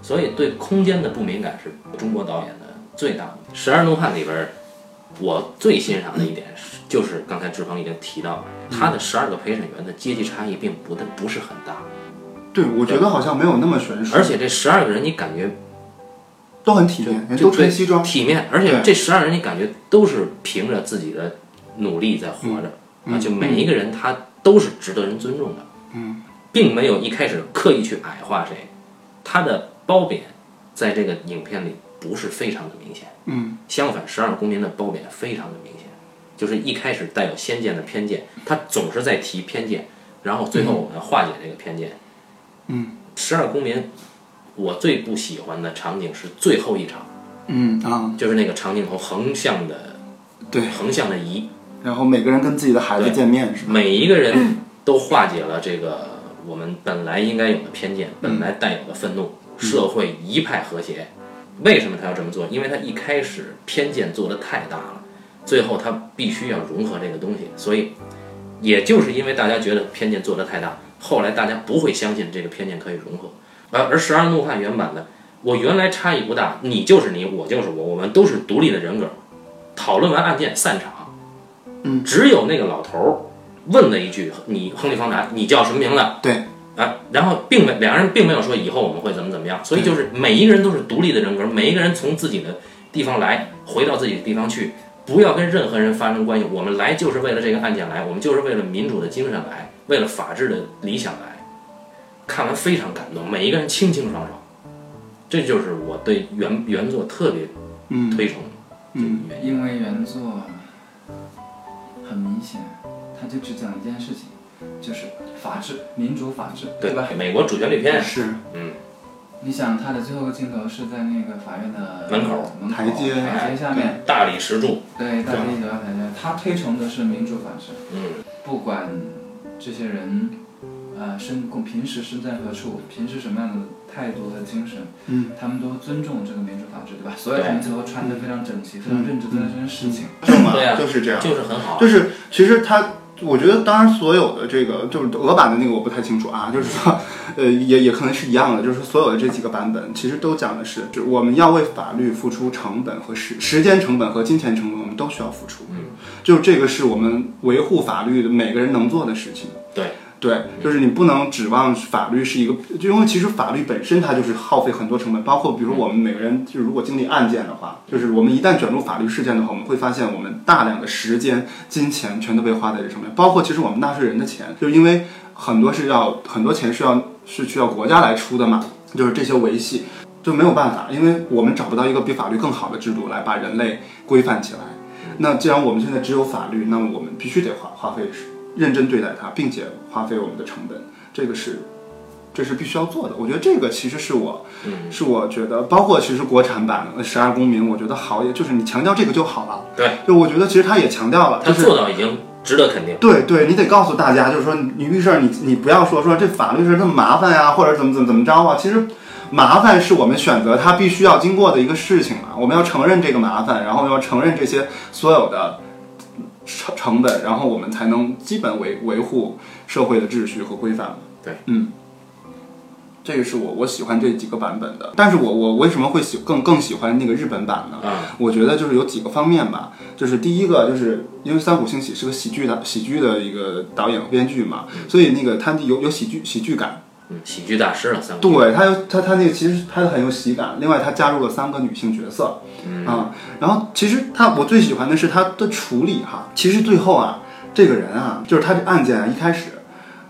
S1: 所以对空间的不敏感是中国导演的最大的。《十二怒汉》里边儿，我最欣赏的一点是，就是刚才志鹏已经提到了，他的十二个陪审员的阶级差异并不的不是很大，
S3: 对，我觉得好像没有那么悬殊，
S1: 而且这十二个人你感觉
S3: 都很体面，人
S1: 就
S3: 都穿西装。
S1: 体面，而且
S3: 哦对
S1: 这十二人你感觉都是凭着自己的努力在活着、啊，就每一个人他都是值得人尊重的，嗯，并没有一开始刻意去矮化谁，他的褒贬在这个影片里不是非常的明显，
S3: 嗯，
S1: 相反，十二公民的褒贬非常的明显，就是一开始带有先见的偏见，他总是在提偏见，然后最后我们要化解这个偏见，
S3: 嗯，
S1: 十二公民。我最不喜欢的场景是最后一场，
S3: 嗯啊，
S1: 就是那个长镜头横向的
S3: 对。
S1: 横向的移，
S3: 然后每个人跟自己的孩子见面是吧？
S1: 每一个人都化解了这个我们本来应该有的偏见，本来带有的愤怒，社会一派和谐。为什么他要这么做？因为他一开始偏见做的太大了，最后他必须要融合这个东西，所以也就是因为大家觉得偏见做的太大，后来大家不会相信这个偏见可以融合。而而《十二怒汉》原版的，我原来差异不大，你就是你，我就是我，我们都是独立的人格。讨论完案件散场，
S3: 嗯
S1: 只有那个老头儿问了一句：“你亨利·方达，你叫什么名字？”
S3: 对，
S1: 啊，然后并没两人并没有说以后我们会怎么怎么样，所以就是每一个人都是独立的人格，每一个人从自己的地方来，回到自己的地方去，不要跟任何人发生关系。我们来就是为了这个案件来，我们就是为了民主的精神来，为了法治的理想来。看完非常感动，每一个人清清爽爽，这就是我对原原作特别
S3: 嗯
S1: 推崇的
S3: 嗯
S1: 原因。
S2: 因为原作很明显，他就只讲一件事情，就是法治、民主法治，对吧？
S1: 美国主旋律片，
S3: 是
S1: 嗯，
S2: 你想他的最后个镜头是在那个法院的
S1: 门口
S2: 门口
S3: 台阶
S2: 台阶下面，
S1: 大理石柱，
S2: 对，大
S1: 对
S2: 家一起到台阶。他推崇的是民主法治，
S1: 嗯
S2: 不管这些人，呃，身共平时身在何处，平时什么样的态度和精神，
S3: 嗯
S2: 他们都尊重这个民主法治，对吧？所以
S1: 对
S2: 他们最后穿的非常整齐，非常
S3: 嗯
S2: 认真地对待这件事情。
S3: 正嘛
S1: 对啊
S3: 就是这样，
S1: 就是很好，
S3: 就是其实他，我觉得当然所有的这个就是俄版的那个我不太清楚啊，就是说，呃，也也可能是一样的，就是所有的这几个版本其实都讲的是，就我们要为法律付出成本和时时间成本和金钱成本，我们都需要付出。
S1: 嗯，
S3: 就是这个是我们维护法律的每个人能做的事情。
S1: 对。
S3: 对，就是你不能指望法律是一个，就因为其实法律本身它就是耗费很多成本，包括比如我们每个人，就是如果经历案件的话，就是我们一旦卷入法律事件的话，我们会发现我们大量的时间、金钱全都被花在这上面，包括其实我们纳税人的钱，就是因为很多是要很多钱是要是需要国家来出的嘛，就是这些维系就没有办法，因为我们找不到一个比法律更好的制度来把人类规范起来。
S1: 嗯
S3: 那既然我们现在只有法律，那么我们必须得花花费认真对待它，并且花费我们的成本，这个是这是必须要做的。我觉得这个其实是我
S1: 嗯，
S3: 是我觉得，包括其实国产版的《十二公民》，我觉得好，也就是你强调这个就好了。
S1: 对，
S3: 就我觉得其实他也强调了，
S1: 他
S3: 就是
S1: 做到已经值得肯定。
S3: 对对，你得告诉大家，就是说你你遇事儿，你你不要说说这法律是这么麻烦呀、或者怎么怎么怎么着啊。其实麻烦是我们选择它必须要经过的一个事情嘛，我们要承认这个麻烦，然后要承认这些所有的成成本，然后我们才能基本维维护社会的秩序和规范嘛。
S1: 对，
S3: 嗯。这个是我我喜欢这几个版本的，但是我我为什么会喜更更喜欢那个日本版呢？
S1: 啊，
S3: 我觉得就是有几个方面吧，就是第一个就是因为三浦兴起是个喜剧的喜剧的一个导演和编剧嘛，所以那个他有有喜剧喜剧感，
S1: 嗯，喜剧大师了，三个。
S3: 对他有他他那个其实拍的很有喜感，另外他加入了三个女性角色，啊，然后其实他我最喜欢的是他的处理哈，其实最后啊这个人啊就是他的案件啊一开始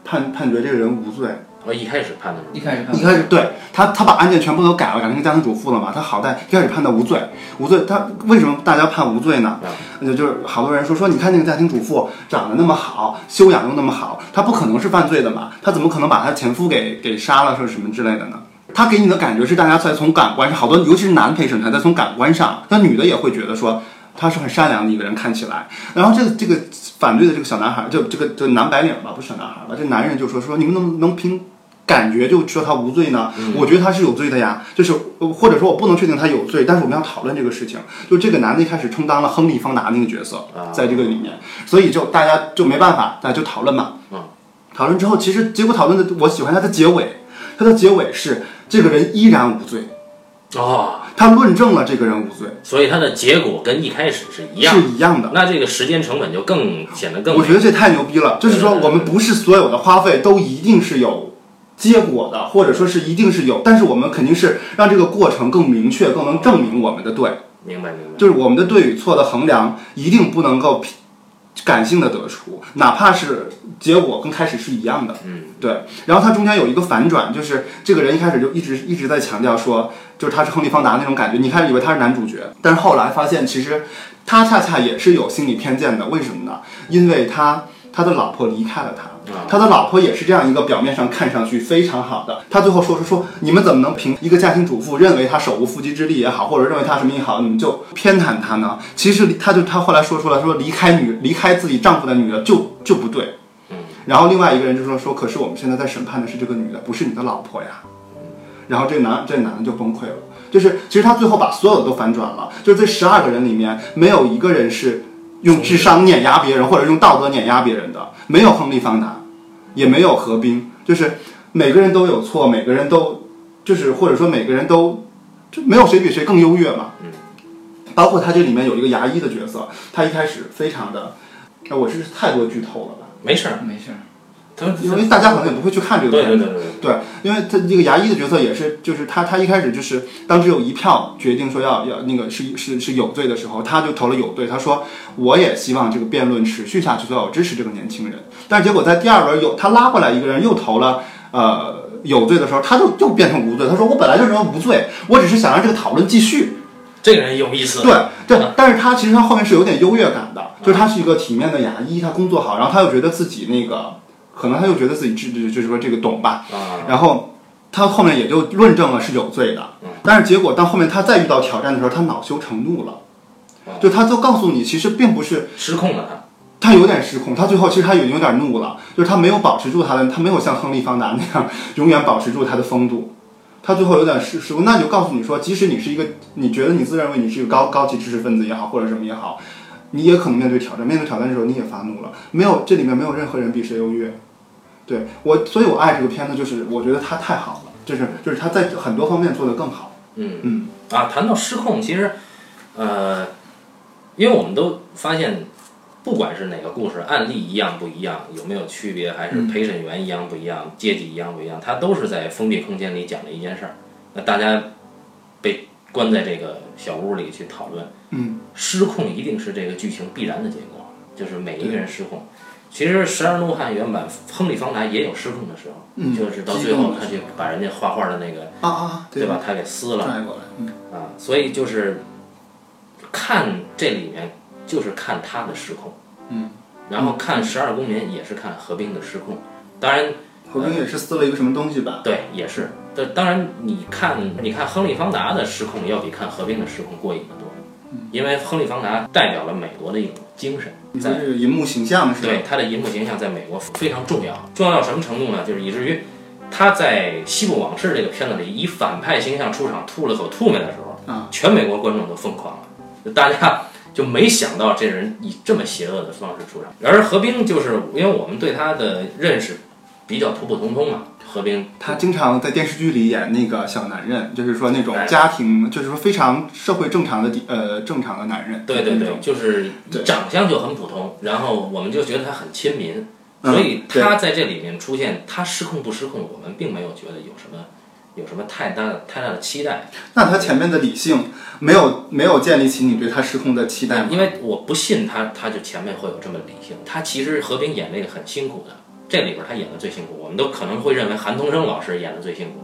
S3: 判判决这个人无罪，
S1: 我哦一开始判的时候，
S2: 一开始看
S3: 嗯一开始对他，他把案件全部都改了，改成家庭主妇了嘛。他好歹一开始判的无罪，无罪。他为什么大家判无罪呢？就就是好多人说说，你看那个家庭主妇长得那么好，修养又那么好，她不可能是犯罪的嘛？她怎么可能把她前夫给给杀了，说什么之类的呢？他给你的感觉是，大家在从感官上，好多尤其是男陪审团在从感官上，那女的也会觉得说他是很善良的一个人，看起来。然后这个这个反对的这个小男孩，就这个这个男白领吧，不是小男孩吧，这男人就说说你们能能凭感觉就说他无罪呢？
S1: 嗯
S3: 我觉得他是有罪的呀，就是呃或者说我不能确定他有罪，但是我们要讨论这个事情。就这个男的一开始充当了亨利·方达那个角色
S1: 啊，
S3: 在这个里面，所以就大家就没办法，大家就讨论嘛。
S1: 嗯，
S3: 讨论之后，其实结果讨论的，我喜欢他的结尾，他的结尾是这个人依然无罪，
S1: 哦，
S3: 他论证了这个人无罪
S1: 所以它的结果跟一开始是一样
S3: 是。一样的。
S1: 那这个时间成本就更显得更
S3: 我觉得这太牛逼了，就是说我们不是所有的花费都一定是有结果的，或者说是一定是有，但是我们肯定是让这个过程更明确，更能证明我们的对，
S1: 明白明白。
S3: 就是我们的对与错的衡量一定不能够感性的得出，哪怕是结果跟开始是一样的。
S1: 嗯，
S3: 对，然后它中间有一个反转，就是这个人一开始就一直一直在强调说，就是他是亨利·方达那种感觉，你开始以为他是男主角，但是后来发现其实他恰恰也是有心理偏见的，为什么呢？因为他他的老婆离开了他。
S1: 啊
S3: 他的老婆也是这样一个表面上看上去非常好的，他最后说说说，你们怎么能凭一个家庭主妇认为她手无缚鸡之力也好，或者认为她什么也好，你们就偏袒她呢？其实离他就他后来说出来说，离开女离开自己丈夫的女的就就不对。然后另外一个人就说说，可是我们现在在审判的是这个女的，不是你的老婆呀。然后这男这男的就崩溃了，就是其实他最后把所有的都反转了，就是这十二个人里面没有一个人是用智商碾压别人或者用道德碾压别人的，没有亨利·方达，也没有何冰，就是每个人都有错，每个人都就是或者说每个人都就没有谁比谁更优越嘛。包括他这里面有一个牙医的角色，他一开始非常的，哎，我这是太多剧透了吧？
S1: 没事儿，
S2: 没事儿，
S1: 他们
S3: 因为大家可能也不会去看这
S1: 对
S3: 个
S1: 对
S3: 片子。
S1: 对对对，
S3: 对因为他这个牙医的角色也是，就是他他一开始就是当只有一票决定说要要那个是是是有罪的时候，他就投了有罪。他说我也希望这个辩论持续下去，所以我支持这个年轻人。但是结果在第二轮有他拉过来一个人又投了呃有罪的时候，他就又变成无罪。他说我本来就认为无罪，我只是想让这个讨论继续。
S1: 这个人有意思。嗯
S3: 对对，但是他其实他后面是有点优越感的，就是他是一个体面的牙医，他工作好，然后他又觉得自己那个，可能他又觉得自己知就是说这个懂吧，
S1: 啊，
S3: 然后他后面也就论证了是有罪的
S1: 嗯，
S3: 但是结果到后面他再遇到挑战的时候，他恼羞成怒了
S1: 哦，
S3: 就他都告诉你，其实并不是
S1: 失控了
S3: 他有点失控，他最后其实他已经有点怒了，就是他没有保持住他的，他没有像亨利·方达那样永远保持住他的风度，他最后有点失失控。那就告诉你说，即使你是一个，你觉得你自认为你是一个高高级知识分子也好，或者什么也好，你也可能面对挑战，面对挑战的时候你也发怒了，没有这里面没有任何人比谁优越。对我，所以我爱这个片子，就是我觉得他太好了，就是就是他在很多方面做得更好。
S1: 他。嗯
S3: 嗯，
S1: 啊，谈到失控，其实，呃，因为我们都发现，不管是哪个故事，案例一样不一样，有没有区别，还是
S3: 嗯
S1: 陪审员一样不一样，阶级一样不一样，它都是在封闭空间里讲的一件事儿。那大家被关在这个小屋里去讨论，
S3: 嗯，
S1: 失控一定是这个剧情必然的结果，就是每一个人失控。其实《十二怒汉》原版亨利·方达也有失控的时候，
S3: 嗯
S1: 就是到
S2: 激
S1: 最
S2: 动
S1: 后
S2: 的
S1: 他
S2: 时
S1: 去
S2: 候
S1: 把人家画画的那个，
S3: 啊啊，
S1: 对
S3: 吧？
S1: 吧？他给撕了。
S3: 转过来，嗯，
S1: 啊，所以就是看这里面就是看他的失控，
S2: 嗯，
S1: 然后看十二公民也是看何冰的失控，当然
S3: 何冰也是撕了一个什么东西吧？
S1: 对也是，但当然你看你看亨利·方达的失控要比看何冰的失控过瘾得多，因为亨利·方达代表了美国的一种精神，
S3: 嗯你说
S1: 在
S3: 这个银幕形象是吧？
S1: 对他的银幕形象在美国非常重要，重要到什么程度呢？就是以至于他在《西部往事》这个片子里以反派形象出场，吐了口吐沫的时候，
S3: 啊，
S1: 全美国观众都疯狂了，就大家就没想到这人以这么邪恶的方式出场。而何冰就是因为我们对他的认识比较普普通通嘛，何冰
S3: 他经常在电视剧里演那个小男人，就是说那种
S1: 哎
S3: 家庭，就是说非常社会正常的底呃正常的男人。
S1: 对对
S3: 那
S1: 对
S3: 种，，
S1: 就是
S3: 对
S1: 长相就很普通，然后我们就觉得他很亲民，
S3: 嗯
S1: 所以
S3: 对
S1: 他在这里面出现，他失控不失控，我们并没有觉得有什么有什么太大的太大的期待，
S3: 那他前面的理性没有没有建立起你对他失控的期待吗？
S1: 因为我不信他，他就前面会有这么理性。他其实何冰演这个很辛苦的，这里边他演的最辛苦，我们都可能会认为韩童生老师演的最辛苦，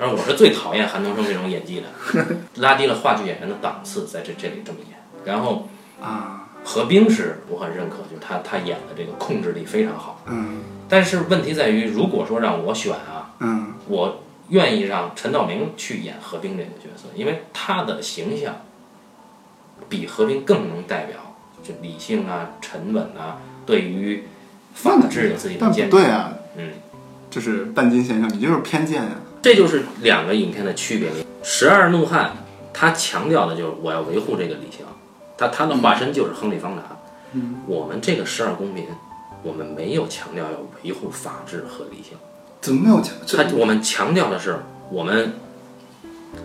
S1: 而我是最讨厌韩童生这种演技的， 拉低了话剧演员的档次，在这这里这么演，然后。
S3: 啊，
S1: 何冰是我很认可，就是他他演的这个控制力非常好。
S3: 嗯
S1: 但是问题在于，如果说让我选啊，
S3: 嗯
S1: 我愿意让陈道明去演何冰这个角色，因为他的形象比何冰更能代表就理性啊、沉稳啊，对于法治有自己的
S3: 但不
S1: 坚持。
S3: 对啊，
S1: 嗯，
S3: 就是半斤先生，你就是偏见啊呀、
S1: 这就是两个影片的区别。《十二怒汉》他强调的就是我要维护这个理性，他他的化身就是亨利·方达。嗯、我们这个十二公民，我们没有强调要维护法治和理性，
S3: 怎么没有讲？这
S1: 他我们强调的是我们。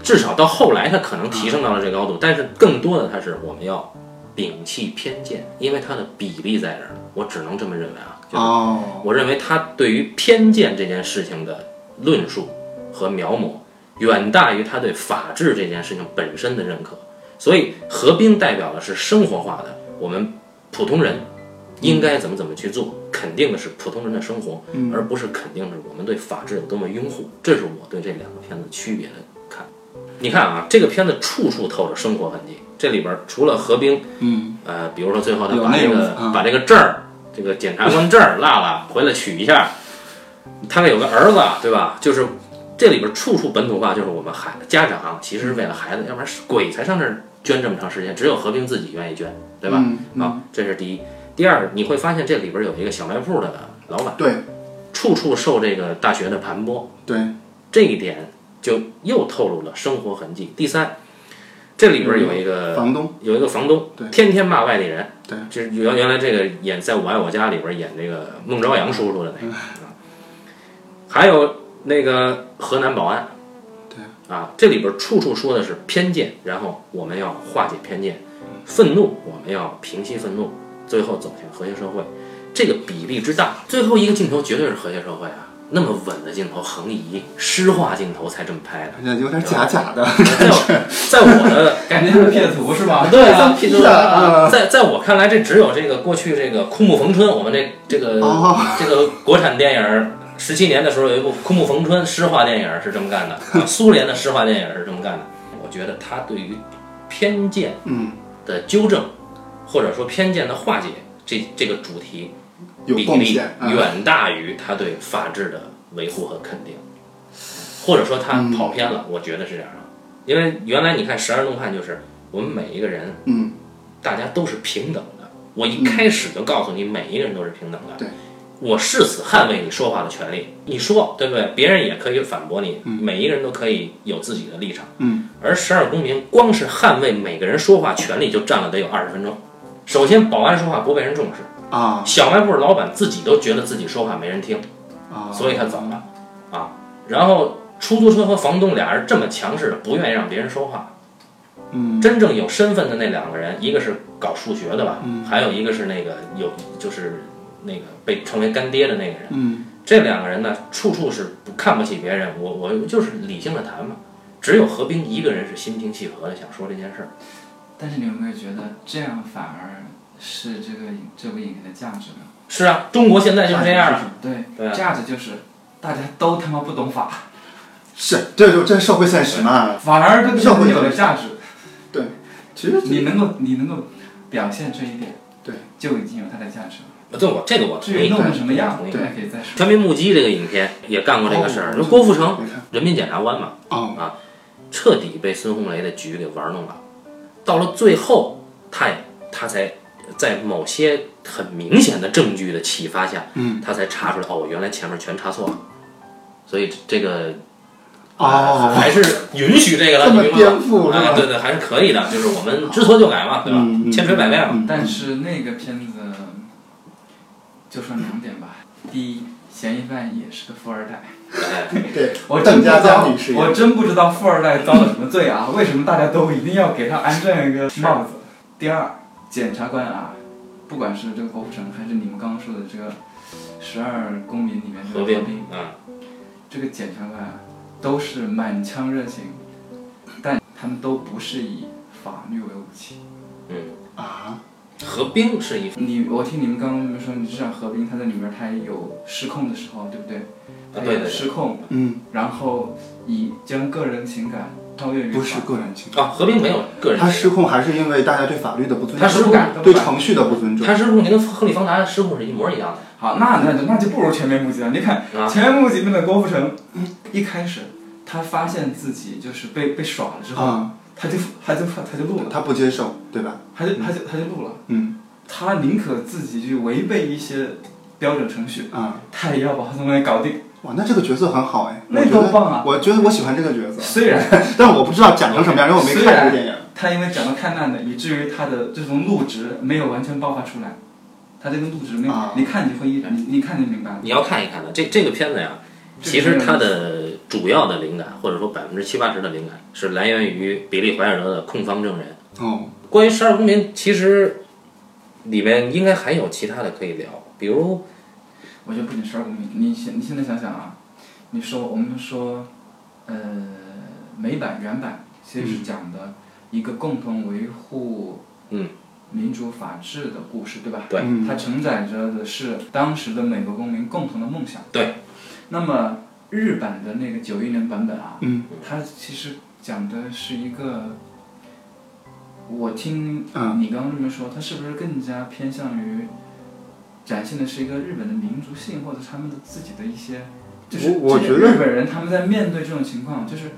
S1: 至少到后来，他可能提升到了这个高度，但是更多的他是我们要摒弃偏见，因为他的比例在这儿，我只能这么认为啊。就是
S3: 哦，
S1: 我认为他对于偏见这件事情的论述和描摹，远大于他对法治这件事情本身的认可。所以，合兵代表的是生活化的，我们普通人应该怎么怎么去做，肯定的是普通人的生活，而不是肯定是我们对法治有多么拥护。这是我对这两个片子区别的看。你看啊，这个片子处处透着生活痕迹。这里边除了何冰，
S3: 嗯，
S1: 呃，比如说最后他
S3: 有
S1: 把
S3: 内
S1: 这
S3: 容
S1: 个、
S3: 啊
S1: 把这个证儿，这个检察官证儿落了，回来取一下。他有个儿子，对吧？就是这里边处处本土化，就是我们孩家长啊其实是为了孩子，要不然是鬼才上这儿捐这么长时间，只有何冰自己愿意捐，对吧？
S3: 嗯嗯
S1: 啊，这是第一。第二，你会发现这里边有一个小卖部的老板，
S3: 对
S1: 处处受这个大学的盘剥，
S3: 对，
S1: 这一点就又透露了生活痕迹。第三，这里边有一个、
S3: 房东
S1: 有一个房东
S3: 对，
S1: 天天骂外地人，
S3: 对，
S1: 就是原原来这个演在《我爱我家》里边演这个孟朝阳叔叔的那
S3: 嗯
S1: 个，啊还有那个河南保安，对，啊，这里边处处说的是偏见，然后我们要化解偏见，愤怒我们要平息愤怒，最后走向和谐社会，这个比例之大，最后一个镜头绝对是和谐社会啊。那么稳的镜头，横移、诗化镜头才这么 拍的。
S3: 而且有点假假的，
S1: 在我在我的
S2: 感觉就是骗图是吧？
S1: 对啊，
S3: 屁
S1: 就是
S3: 啊
S1: 在在我看来，这只有这个过去这个枯木逢春，我们这这个、
S3: 哦
S1: 这个国产电影儿十七年的时候有一部《枯木逢春》诗画电影是这么 干的，啊苏联的诗画电影是这么干的。我觉得他对于偏见
S3: 嗯，
S1: 的纠正，或者说偏见的化解这这个主题
S3: 有
S1: 比
S3: 贡
S1: 例
S3: 献啊，
S1: 远大于他对法治的维护和肯定，或者说他跑偏
S3: 嗯
S1: 了，我觉得是这样啊。因为原来你看十二怒汉就是我们每一个人，
S3: 嗯，
S1: 大家都是平等的。我一开始就告诉你，每一个人都是平等的。
S3: 对，
S1: 我誓死捍卫你说话的权利。你说对不对？别人也可以反驳你，每一个人都可以有自己的立场。
S3: 嗯，
S1: 而十二公民光是捍卫每个人说话权利就占了得有二十分钟。首先，保安说话不被人重视，
S3: 啊
S1: 小卖部老板自己都觉得自己说话没人听，
S3: 啊，
S1: 所以他走了啊。然后出租车和房东俩人这么强势的不愿意让别人说话，
S3: 嗯，
S1: 真正有身份的那两个人，一个是搞数学的吧，还有一个是那个有就是那个被称为干爹的那个人。
S3: 嗯
S1: 这两个人呢，处处是不看不起别人，我我就是理性的谈嘛。只有何冰一个人是心平气和的想说这件事儿，
S2: 但是你有没有觉得这样反而是这个影这部影片的价值呢？
S1: 是啊，中国现在就是这样了。
S2: 对，
S1: 对啊
S2: 价值就是大家都他妈不懂法，
S3: 是，这就这是社会现实嘛。
S2: 反而这个
S3: 社
S2: 东
S3: 会
S2: 西有了价值。
S3: 其实
S2: 你能够你能够表现这一点，
S3: 对，
S2: 就已经有它的价值了。
S1: 对，我这个我同
S2: 至于
S1: 意。
S2: 弄成什么样，
S1: 同意
S2: 大家可以再说。
S1: 全民目击这个影片也干过这个事儿，
S3: 哦
S1: 就郭富城，
S3: 你看
S1: 人民检察官嘛，
S3: 哦，
S1: 彻底被孙红雷的局给玩弄了。到了最后，他也他才在某些很明显的证据的启发下，
S3: 嗯
S1: 他才查出来，哦，我原来前面全查错了。所以这个哎
S3: 哦，
S1: 还是允许这个的，
S3: 这么
S1: 你明白吗
S3: 颠覆是
S1: 哎，
S3: 吧
S1: 对对，还是可以的，就是我们知错就改嘛，对吧？
S3: 嗯嗯
S1: 千锤百炼嘛。
S3: 嗯
S2: 但是那个片子，就说两点吧。第一，嫌疑犯也是个富二代，
S3: 嗯
S1: 哎，
S3: 对，
S2: 我真
S3: 邓
S2: 不知
S3: 家
S2: 道
S3: 佳女士，
S2: 我真不知道富二代遭了什么罪啊？为什么大家都一定要给他安这样一个帽子？第二，检察官啊，不管是这个郭富城，还是你们刚刚说的这个十二公民里面这
S1: 何
S2: 个
S1: 冰
S2: 何冰，
S1: 啊，
S2: 这个检察官啊，都是满腔热情，但他们都不是以法律为武器。
S3: 啊，
S1: 何冰是一，
S2: 你，我听你们刚刚你们说，你知道何冰他在里面他也有失控的时候，对不对？
S1: 啊
S2: 他
S1: 对
S2: 有
S1: 对
S2: 失控，
S3: 嗯，
S2: 然后以将个人情感超越于
S3: 不是
S2: 法
S3: 个人情
S1: 对啊，何冰没有个人
S3: 他
S1: 行
S3: 失控还是因为大家对法律的不尊重，
S1: 他失控
S3: 对程序的不尊
S1: 为，
S3: 重。
S1: 他失控就跟亨利·方达的失控是一模一样的
S2: 好，那那就那就不如全面目击了。你看
S1: 啊。
S2: 全面目击里面的郭富城，一开始他发现自己就是被被耍了之后，
S3: 啊、
S2: 他就他就他就录了，
S3: 他不接受，对吧？
S2: 他就他就他就录了，
S3: 嗯，
S2: 他宁可自己去违背一些标准程序，
S3: 啊，
S2: 他也要把东西搞定。
S3: 哇，那这个角色很好哎，
S2: 那
S3: 我觉
S2: 多
S3: 得
S2: 棒啊！
S3: 我觉得我喜欢这个角色，
S2: 虽然
S3: 但是我不知道讲成什么样，因为我没看过电影。
S2: 他因为长得太烂了，以至于他的这种露质没有完全爆发出来，他这个露质没有，
S3: 啊
S2: 你看你就会一你你看就明白了。
S1: 你要看一看的这这个片子呀，
S2: 这
S1: 其
S2: 个
S1: 实
S2: 片子
S1: 它的主要的灵感，或者说百分之七八十的灵感，是来源于比利怀尔德的《控方证人》。
S3: 哦，
S1: 关于十二公民，其实里面应该还有其他的可以聊，比如
S2: 我觉得不仅十二公民，你现你现在想想啊，你说我们说，呃，美版原版其实是讲的一个共同维护
S1: 嗯
S2: 民主法治的故事，对吧？
S1: 对
S3: 嗯
S2: 它承载着的是当时的美国公民共同的梦想。
S1: 对。
S2: 那么日版的那个九一年版本啊，
S3: 嗯
S2: 它其实讲的是一个，我听
S3: 嗯
S2: 你刚刚这么说，它是不是更加偏向于展现的是一个日本的民族性，或者他们的自己的一些，就是
S3: 我我
S2: 这些
S3: 觉得
S2: 日本人他们在面对这种情况，就是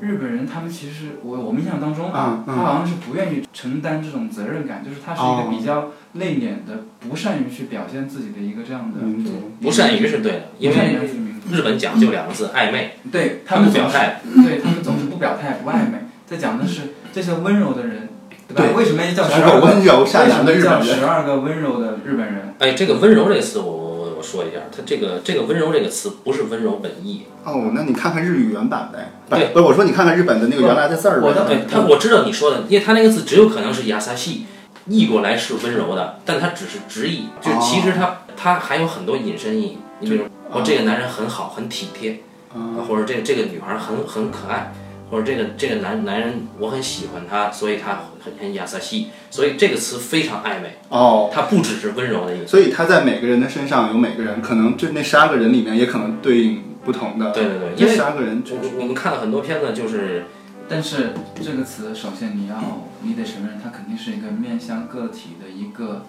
S2: 日本人他们其实我我们印象当中啊
S3: 嗯
S2: 他好像是不愿意承担这种责任感，就是他是一
S3: 哦
S2: 个比较内敛的，不善于去表现自己的一个这样的，
S3: 民族，
S1: 不善于是对的，因
S2: 不善于
S1: 为
S2: 表现民族
S1: 日本讲究两个字暧昧，
S2: 对
S1: 他
S2: 他
S1: 不
S2: 们
S1: 表
S2: 总是
S1: 态。
S2: 对他们总是不表态不暧昧，在讲的是这些温柔的人，对吧？
S3: 对
S2: 为什么要叫
S3: 是
S2: 十
S3: 个
S2: 二个？
S3: 温柔
S2: 为
S3: 善
S2: 什
S3: 良的
S2: 么
S3: 日
S2: 叫
S3: 本
S2: 十
S3: 人。
S2: 二个温柔的日本人？
S1: 哎，这个温柔这个词，我我我说一下，它这个这个温柔这个词不是温柔本意，
S3: 哦，那你看看日语原版呗，不
S1: 对
S3: 不是我说你看看日本的那个原来的字儿
S2: 我的
S3: 呗。
S1: 对他，我知道你说的，因为他那个字只有可能是亚萨西，译过来是温柔的，但他只是直译，就
S3: 哦
S1: 其实他他还有很多引申意义。你比如，
S3: 哦
S1: 哦，这个男人很好，很体贴，
S3: 嗯
S1: 啊，或者这这个女孩很很可爱，或者这个这个男男人我很喜欢他，所以他很很亚萨西，所以这个词非常暧昧，
S3: 哦，
S1: 它不只是温柔的
S2: 哦
S1: 意思。
S3: 所以他在每个人的身上有每个人，可能就那十二个人里面也可能对应不同的。
S1: 对对对，因
S3: 这
S1: 为
S3: 十二个人，
S1: 我我们看了很多片子，就是
S2: 但是这个词，首先你要，你得承认，它肯定是一个面向个体的一个，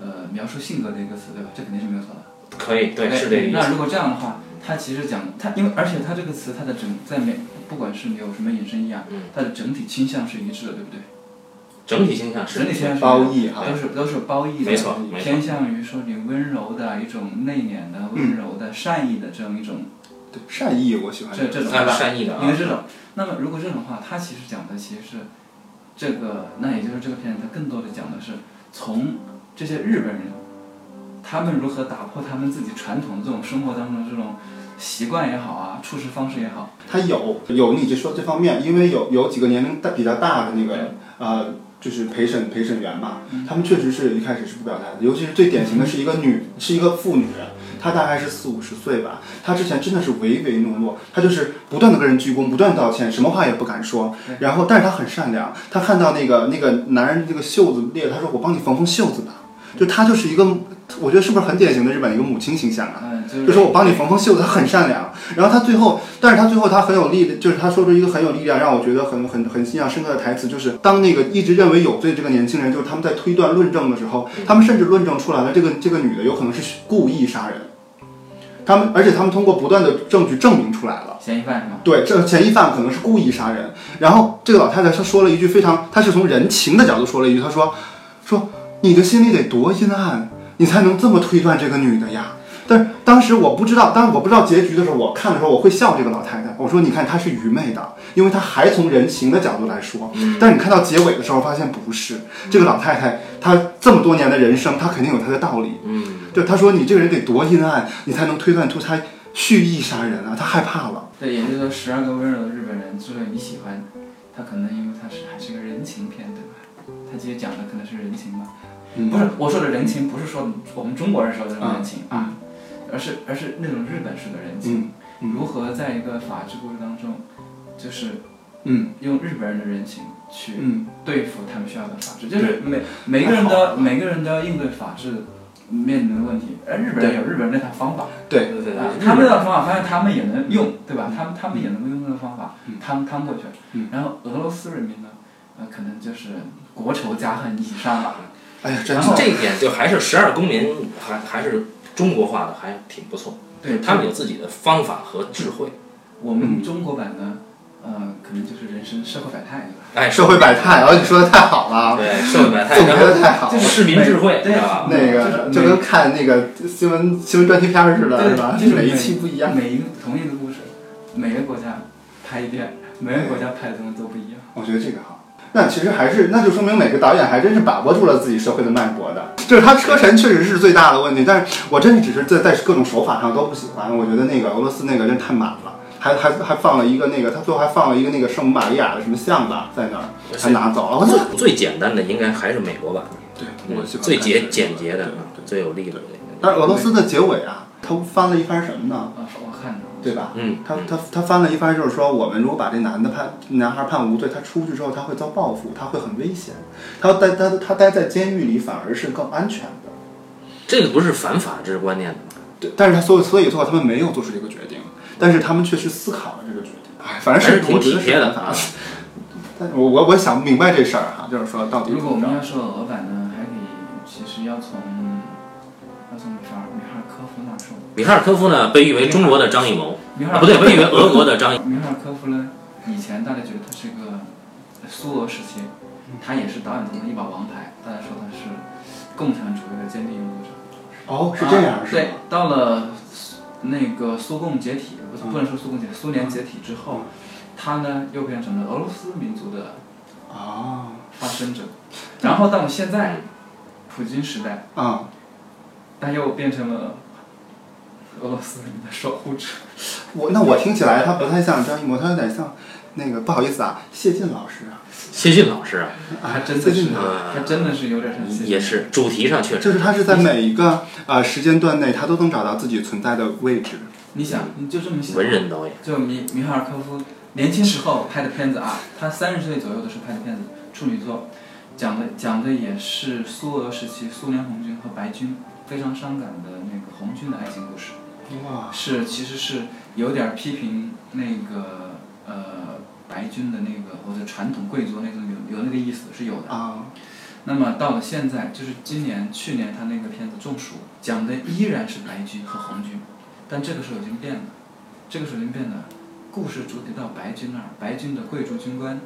S2: 呃，描述性格的一个词，对吧？这肯定是没有错的。
S1: 可以，哎对，
S2: OK，
S1: 是这个意
S2: 哎那
S1: 思。
S2: 如果这样的话，它其实讲它，因为而且它这个词，它的整在美，不管是有什么衍生意
S1: 嗯
S2: 啊，它的整体倾向是一致的，对不对？
S1: 整体形象是
S2: 整体倾向是
S3: 褒义啊哈
S2: 都是都是褒义的，
S1: 没错没错
S2: 偏向于说你温柔的一种内敛的、温柔的、善意的这样一种
S3: 对善意，我喜欢
S2: 这这种
S1: 按善意的
S2: 因为
S1: 啊，
S2: 这种，那么如果这种话，它其实讲的其实是这个，那也就是这个片子它更多的讲的是从这些日本人，他们如何打破他们自己传统这种生活当中的这种习惯也好啊，处事方式也好，
S3: 他有有你就说这方面，因为有有几个年龄大比较大的那个呃，就是陪审陪审员嘛，他们确实是一开始是不表态的，尤其是最典型的是一个女，是一个妇女，她大概是四五十岁吧，她之前真的是唯唯诺诺，她就是不断的跟人鞠躬，不断地道歉，什么话也不敢说，然后但是她很善良，她看到那个那个男人那个袖子裂，她说我帮你缝缝袖子吧，就她就是一个，我觉得是不是很典型的日本一个母亲形象啊？
S2: 嗯，就
S3: 就是说我帮你缝缝袖子，他很善良。然后他最后，但是他最后他很有力的，就是他说出一个很有力量，让我觉得很很很印象深刻的台词，就是当那个一直认为有罪这个年轻人，就是他们在推断论证的时候，他们甚至论证出来了这个这个女的有可能是故意杀人。他们，而且他们通过不断的证据证明出来了。
S2: 嫌疑犯是吗？
S3: 对，这嫌疑犯可能是故意杀人。然后这个老太太她说了一句非常，她是从人情的角度说了一句，她说：“说你的心里得多阴暗，你才能这么推断这个女的呀。”但是当时我不知道，当然我不知道结局的时候，我看的时候我会笑这个老太太。我说：“你看她是愚昧的，因为她还从人情的角度来说。”但是你看到结尾的时候，发现不是这个老太太，她这么多年的人生，她肯定有她的道理。
S1: 嗯，
S3: 就她说：“你这个人得多阴暗，你才能推断出她蓄意杀人啊！她害怕了。”
S2: 对，也就是说，十二个温柔的日本人之所以你喜欢，他可能因为他是还是个人情片，对吧？他其实讲的可能是人情吧。
S3: 嗯
S2: 不是我说的人情，不是说我们中国人说的那种人情
S3: 嗯
S2: 啊，而是而是那种日本式的人情
S3: 嗯，嗯
S2: 如何在一个法治过程当中，就是
S3: 嗯
S2: 用日本人的人情去
S3: 嗯。
S2: 对付他们需要的法治，就是每每个人都要每个人都要应对法治面临的问题，而日本人
S1: 对
S2: 有日本人那套方法，
S1: 对对对
S2: 啊，
S1: 对，
S2: 他们
S1: 日
S2: 那
S1: 本
S2: 套方法发现他们也能用，对吧？他们他们也能用那个方法趟趟过去
S3: 嗯，
S2: 然后俄罗斯人民呢，呃，可能就是国仇家恨以上吧。
S1: 嗯
S3: 哎呀，真
S2: 然
S3: 的
S2: 后
S1: 这一点就还是十二公民还还是中国化的，还挺不错。
S2: 对
S1: 他们有自己的方法和智慧。
S2: 我们中国版呢，呃，可能就是人生社会百态，对吧？
S1: 哎，
S3: 社会百态，哦，你说的太好了啊，
S1: 对社会百态，
S3: 总结
S1: 然后
S3: 的太好了
S2: 就。是
S1: 啊市民智慧，
S2: 对啊
S1: 知道吧？
S3: 那个就跟看那个新闻新闻专题片儿似的，是吧？
S2: 就是
S3: 每一期不一样。
S2: 每一个同一个故事，每个国家拍一遍，每个国家拍的东西都不一样。
S3: 我觉得这个好。那其实还是，那就说明每个导演还真是把握住了自己社会的脉搏的。就是他车神确实是最大的问题，但是我真的只是在在各种手法上都不喜欢。我觉得那个俄罗斯那个真太满了，还还还放了一个那个，他最后还放了一个那个圣母玛利亚的什么像吧，在那儿还拿走了。我操！
S1: 最最简单的应该还是美国版，
S3: 对，
S1: 嗯
S3: 我喜欢
S1: 最
S3: 看这
S1: 简
S3: 个
S1: 简洁的
S3: 对对，
S1: 最有力的那
S3: 但
S1: 个。
S3: 是俄罗斯的结尾啊，他翻了一番什么呢？
S2: 啊，我看着。
S3: 对吧？
S1: 嗯，
S3: 他他他翻了一番，就是说，我们如果把这男的判男孩判无罪，他出去之后他会遭报复，他会很危险，他待他他待在监狱里反而是更安全的。
S1: 这个不是反法治观念的吗？
S3: 对，但是他所以所以最后他们没有做出这个决定，但是他们确实思考了这个决定。哎，反正
S1: 还是
S3: 是
S1: 挺
S3: 我觉得
S1: 体贴的
S3: 是啊。但我我我想不明白这事儿哈，就是说到底
S2: 如果我
S3: 怎
S2: 们
S3: 么
S2: 要说俄版呢，还得其实要从要从米哈米哈尔科夫那说。
S1: 米哈尔科夫呢，被誉为中国的张艺谋，
S2: 米哈
S1: 啊，
S2: 尔
S1: 不对，被誉为俄国的张艺。
S2: 米哈尔科夫呢，以前大家觉得他是个苏俄时期，他也是导演中的一把王牌，大家说他是共产主义的坚定拥护者。
S3: 着哦，是这样、
S2: 啊
S3: 是
S2: 对
S3: 吗？，
S2: 到了苏那个苏共解体，不是
S3: 嗯
S2: 不能说苏共解体，苏联解体之后，他呢又变成了俄罗斯民族的
S3: 啊
S2: 发声者，然后到了现在，普京时代，
S3: 啊，
S2: 他又变成了俄罗斯人的守护者。
S3: 我那我听起来他不太像张艺谋，他有点像那个不好意思啊，谢晋老师啊，
S1: 谢晋老师啊，啊
S2: 还真的
S3: 谢
S2: 是啊
S3: 晋，老师
S2: 他真的是有点像
S1: 也是主题上确实
S3: 就是他是在每一个呃时间段内，他都能找到自己存在的位置。
S2: 你想，你就这么想，
S1: 文人导演。
S2: 就米米哈尔科夫，年轻时候拍的片子啊，他三十岁左右的时候拍的片子，处女座，讲的讲的也是苏俄时期苏联红军和白军非常伤感的那个红军的爱情故事。
S1: 啊
S3: 哇，
S2: 是，其实是有点儿批评那个呃白军的那个或者传统贵族那种有有那个意思是有的。
S3: 啊，
S2: 那么到了现在，就是今年去年他那个片子《中暑》讲的依然是白军和红军，但这个时候已经变了，这个时候已经变了，故事主体到白军那儿，白军的贵族军官，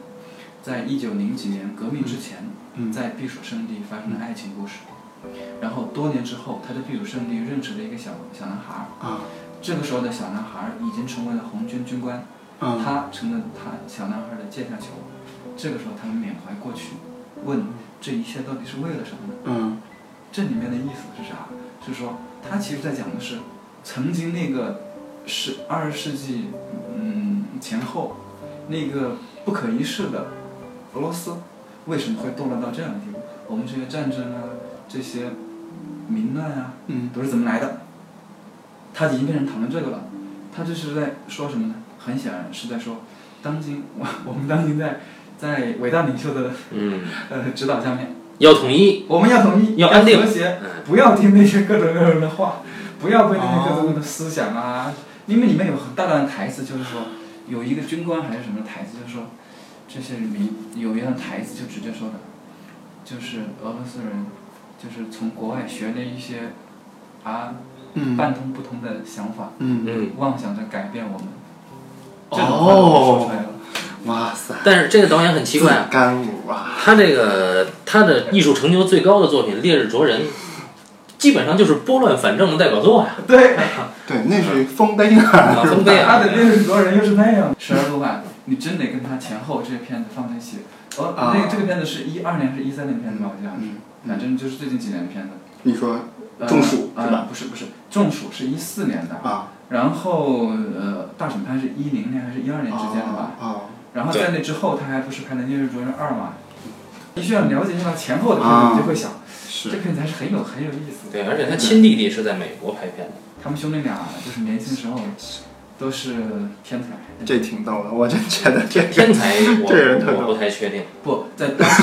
S2: 在一九零几年革命之前。
S3: 嗯，
S2: 在避暑胜地发生的爱情故事。然后多年之后，他在避暑胜地认识了一个小小男孩儿。
S3: 啊，
S2: 这个时候的小男孩儿已经成为了红军军官，
S3: 嗯，
S2: 他成了他小男孩儿的阶下囚。这个时候，他们缅怀过去，问这一切到底是为了什么呢？
S3: 嗯，
S2: 这里面的意思是啥？是说他其实在讲的是，曾经那个是二十世纪嗯前后那个不可一世的俄罗斯，为什么会堕落到这样的地步？我们这些战争啊，这些民乱啊，
S3: 嗯，
S2: 都是怎么来的？他已经变成讨论这个了，他这是在说什么呢？很显然是在说，当今 我我们当今在在伟大领袖的
S1: 嗯，
S2: 呃指导下面，
S1: 要统一，
S2: 我们要统一，
S1: 要安定
S2: 和谐，
S1: 嗯，
S2: 不要听那些各种各样的话，不要被那些各种各样的思想啊，因为里面有很大段台词，就是说有一个军官还是什么台词，就是说这些民有一段台词就直接说的，就是俄罗斯人就是从国外学了一些啊
S3: 嗯，
S2: 半通不通的想法，
S3: 嗯，
S1: 嗯，
S2: 妄想着改变我们，这种话都说出
S3: 哦，
S2: 来了，
S3: 哇塞，
S1: 但是这个导演很奇怪啊，
S3: 自干五啊，
S1: 他这个他的艺术成就最高的作品《烈日灼人》，基本上就是拨乱反正的代表作 呀。
S2: 对。
S3: 对，那是丰碑啊，
S1: 啊丰碑
S2: 他的那个主要人又是那样。时而不晚，你真得跟他前后这些片子放在一起。哦，
S3: 啊
S2: 那个这个片子是一二年还是一三年片子吧？我记得，
S3: 嗯，
S2: 反正就是最近几年的片子。
S3: 你说
S2: 呃
S3: 中暑
S2: 呃
S3: 是吧
S2: 不是不是，中暑是一四年的，
S3: 啊，
S2: 然后呃，大审判是一零年还是一二年之间的吧？
S3: 啊，
S2: 然后在那之后，他还不是拍了《烈日灼人二》嘛？你需要了解一下前后的片
S3: 啊
S2: 子，你就会想，这
S3: 是，啊
S2: 片子还是很有很有意思的。
S1: 对，而且他亲弟弟是在美国拍片 的。
S2: 他们兄弟俩就是年轻时候都是天才，
S3: 这挺逗的，我真觉 得这
S1: 天才我
S3: 这人特
S1: 我不太确定，
S2: 不在当时，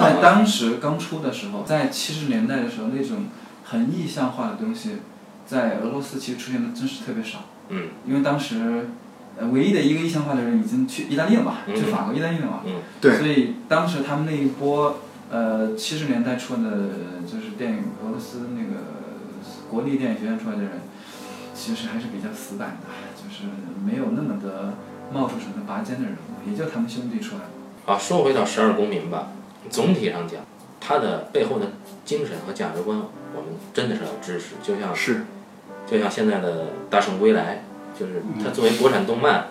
S2: 在当时刚出的时候，在七十年代的时候，那种很意象化的东西，在俄罗斯其实出现的真是特别少。
S1: 嗯。
S2: 因为当时，呃，唯一的一个意象化的人已经去意大利了嘛，
S1: 嗯
S2: 去法国、意大利了嘛。
S1: 嗯。
S3: 对
S2: 所以当时他们那一波，呃，七十年代出的，就是电影俄罗斯那个国立电影学院出来的人，其实还是比较死板的，就是没有那么的冒出什么拔尖的人物，也就他们兄弟出来。
S1: 啊，说回到《十二公民》吧，总体上讲，他的背后的精神和价值观，我们真的是要支持。就像
S3: 是，
S1: 就像现在的《大圣归来》，就是它作为国产动漫，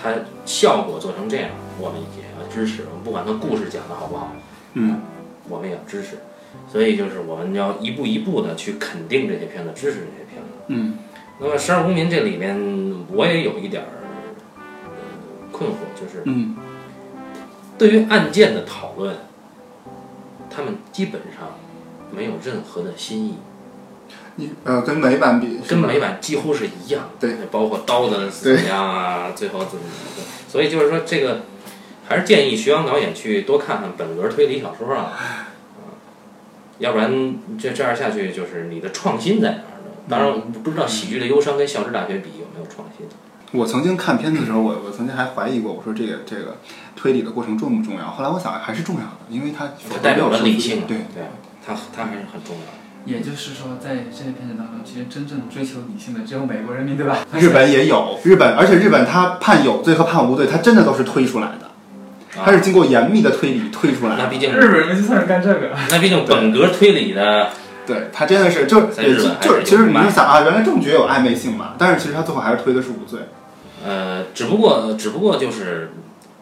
S1: 它效果做成这样，我们也要支持。我们不管它故事讲的好不好，
S3: 嗯，
S1: 我们也要支持。所以就是我们要一步一步的去肯定这些片子，支持这些片子。
S3: 嗯，
S1: 那么《十二公民》这里面，我也有一点儿呃困惑，就是
S3: 嗯，
S1: 对于案件的讨论，他们基本上没有任何的新意，
S3: 你呃跟美版比，是
S1: 跟
S3: 吧
S1: 美版几乎是一样。
S3: 对，
S1: 包括刀的怎么样啊，最后怎么怎么，所以就是说这个还是建议徐阳导演去多看看本格推理小说啊，嗯要不然这这样下去就是你的创新在哪儿呢？当然，我
S3: 嗯
S1: 不知道《喜剧的忧伤》跟《校之大学》比有没有创新。
S3: 我曾经看片子的时候，我我曾经还怀疑过，我说这个这个推理的过程重不重要？后来我想还是重要的，因为它
S1: 啊它代表了理性，
S3: 对，
S1: 对，啊它它还是很重要
S2: 也就是说，在这些片子当中，其实真正追求理性的只有美国人民，对吧？
S3: 日本也有日本，而且日本它判有罪和判无罪，它真的都是推出来的，
S1: 的。啊
S3: 它是经过严密的推理推出来
S1: 那
S3: 的。
S1: 毕竟
S2: 日本人就算是干这个，
S1: 那毕竟本格推理的，
S3: 对，它真的是就
S1: 在日
S3: 是
S1: 本还是
S3: 就是，其实你
S1: 有
S3: 就想啊，原来正觉有暧昧性嘛，但是其实它最后还是推的是无罪。
S1: 呃，只不过只不过就是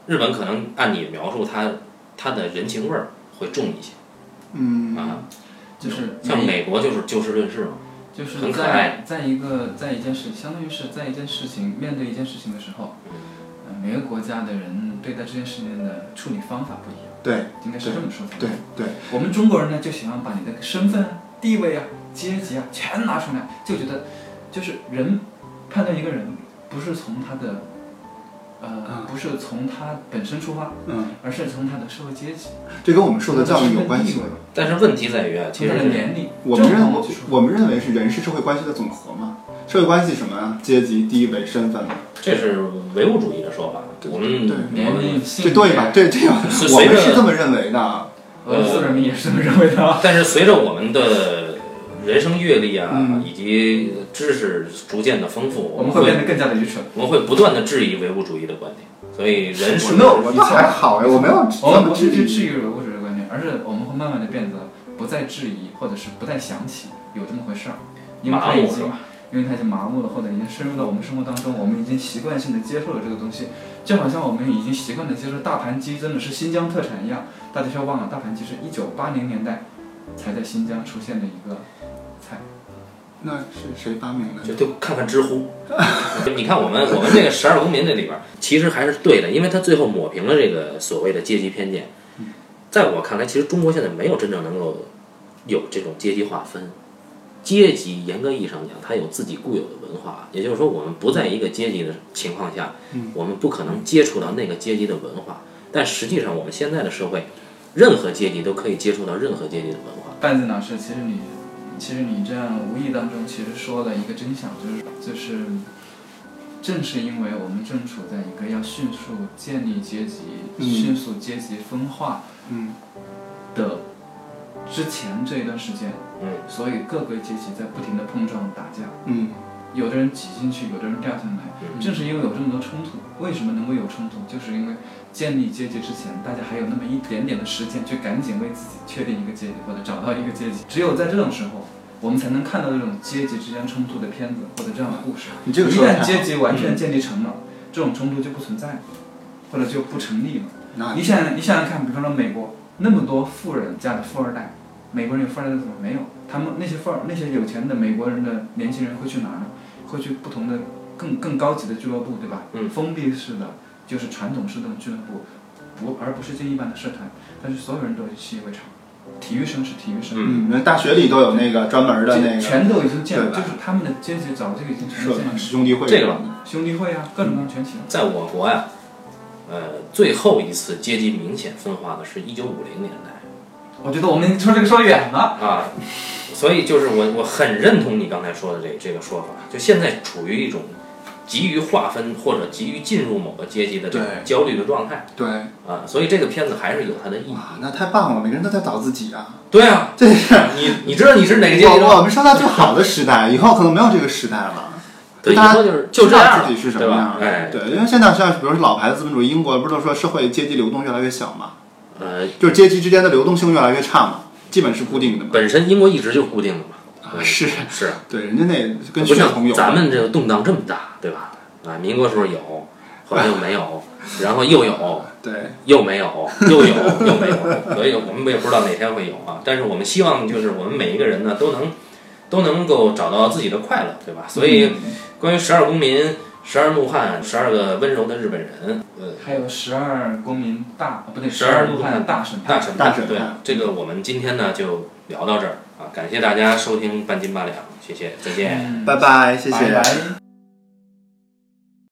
S1: 日本可能按你描述它，它的人情味儿会重一些
S3: 嗯，
S1: 啊。
S2: 就是
S1: 像
S2: 美，
S1: 美国就是就事论事嘛，
S2: 就是
S1: 很可爱
S2: 在在一个在一件事，相当于是在一件事情面对一件事情的时候，呃，每个国家的人对待这件事情的处理方法不一样，
S3: 对
S2: 应该是这么说才
S3: 对对，
S2: 我们中国人呢，就喜欢把你的身份啊、地位啊、阶级啊全拿出来，就觉得就是人判断一个人，不是从他的呃，不是从他本身出发，
S3: 嗯，
S2: 而是从他的社会阶级、
S3: 这跟我们受的教育有关
S2: 他的
S3: 系
S2: 身份地。位
S1: 但是问题在于啊，其
S3: 嗯
S2: 从他的
S1: 实
S2: 年龄，
S3: 我们认
S2: 正
S3: 为
S2: 统去说
S3: 我们认为是人是社会关系的总和嘛？社会关系什么啊？阶级、地位、身份，
S1: 这是唯物主义的说法。
S3: 对
S1: 我们
S3: 对
S2: 年龄、性
S3: 这
S2: 别，
S3: 对吧？对，这样
S1: 是
S3: 我
S1: 随着
S3: 们是这么认为的。
S2: 俄罗斯人民也是这么认为的。
S1: 啊但是随着我们的人生阅历啊，
S3: 嗯
S1: 以及知识逐渐的丰富，
S2: 我
S1: 我们
S2: 们会
S1: 会
S2: 变得更加的愚蠢。
S1: 我们会不断的质疑唯物主义的观点。所以人是
S3: 那我倒还好呀，我没有
S2: 我
S3: 这
S2: 们
S3: 么
S2: 不是去
S3: 质
S2: 质
S3: 疑。
S2: 疑唯物主义的观点，而是我们会慢慢的变得不再质疑，或者是不再想起有这么回事儿，因为
S1: 麻
S2: 它已
S1: 木是
S2: 经
S1: 吧？
S2: 因为它已经麻木了，或者已经深入到我们生活当中，我们已经习惯性的接受了这个东西，就好像我们已经习惯的接受大盘鸡真的是新疆特产一样。大家不要忘了，大盘鸡是一九八零年代才在新疆出现的一个菜。
S3: 那是谁发明的？
S1: 就就看看知乎。 你看我们我们这个十二公民这里边儿，其实还是对的，因为他最后抹平了这个所谓的阶级偏见。在我看来，其实中国现在没有真正能够有这种阶级划分。阶级严格意义上讲，它有自己固有的文化，也就是说，我们不在一个阶级的情况下，我们不可能接触到那个阶级的文化。但实际上，我们现在的社会，任何阶级都可以接触到任何阶级的文化。
S2: 半子老师，其实你，其实你这样无意当中其实说了一个真相，就是就是，正是因为我们正处在一个要迅速建立阶级、
S3: 嗯
S2: 迅速阶级分化
S3: 嗯，
S2: 的之前这一段时间，
S1: 嗯，
S2: 所以各个阶级在不停的碰撞打架，
S3: 嗯，
S2: 有的人挤进去，有的人掉下来。
S3: 嗯
S2: 正是因为有这么多冲突，为什么能够有冲突？就是因为建立阶级之前，大家还有那么一点点的时间去赶紧为自己确定一个阶级或者找到一个阶级。只有在这种时候，我们才能看到这种阶级之间冲突的片子或者这样的故事。
S3: 你这个
S2: 一
S3: 说的
S2: 旦
S3: 太
S2: 阶
S3: 好。嗯
S2: 级完全建立成了，这种冲突就不存在了，或者就不成立了。
S3: 那
S2: 你想你想想看，比方说美国那么多富人家的富二代，美国人有富二代的怎么没有？他们那些富二那些有钱的美国人的年轻人会去哪儿呢？会去不同的更更高级的俱乐部，对吧？
S1: 嗯
S2: 封闭式的就是传统式的俱乐部，不而不是这一般的社团，但是所有人都习以为常。体育生是体育生，
S1: 嗯
S3: 嗯，那大学里都有那个专门的
S2: 这
S3: 那个
S2: 全都已经建立，
S3: 对吧
S2: 就是他们的阶级早就已经成
S3: 社
S2: 建立
S3: 团兄弟会
S1: 这个
S2: 兄弟会啊，各种各样全起来。
S1: 在我国呀、呃，最后一次阶级明显分化的是一九五零年代
S2: 我觉得我们说这个说远了。
S1: 啊，所以就是我我很认同你刚才说的这这个说法，就现在处于一种急于划分或者急于进入某个阶级的这种
S3: 对
S1: 焦虑的状态
S3: 对，
S1: 啊，所以这个片子还是有它的意义。
S3: 哇，那太棒了，每个人都在找自己啊。
S1: 对 啊，
S3: 这是
S1: 你你知道你是哪个阶级
S3: 我
S1: 吗？
S3: 我们上到最好的时代，以后可能没有这个时代了。
S1: 对，以
S3: 大家
S1: 后就是就这样
S3: 知道
S1: 了，
S3: 自己是什
S1: 对
S3: 么样
S1: 吧？
S3: 的。
S1: 哎，
S3: 对，因为现在像比如说老牌的资本主义英国，不是都说社会阶级流动越来越小嘛，
S1: 呃，
S3: 就是阶级之间的流动性越来越差嘛，基本是固定的嘛。
S1: 本身英国一直就固定的嘛，
S3: 啊，是，
S1: 是啊
S3: 对，人家那
S1: 不
S3: 跟血
S1: 像
S3: 统有关。
S1: 咱们这个动荡这么大，对吧？啊，民国时候有，后来又没有，然后又有，
S3: 对，
S1: 又没有，又有，又没有，所以我们也不知道哪天会有啊。但是我们希望就是我们每一个人呢，都能都能够找到自己的快乐，对吧？所
S3: 嗯
S1: 以关于十二公民、十二怒汉、十二个温柔的日本人，呃，
S2: 还有十二公民大，哦不对，
S1: 12
S2: 二路汉大审
S1: 大
S2: 判。
S1: 审
S3: 大啊
S1: 判，
S3: 审判
S1: 对这个我们今天呢就聊到这儿啊，感谢大家收听半斤八两，谢谢，再见。
S2: 嗯
S3: 拜拜，谢谢。
S2: 拜拜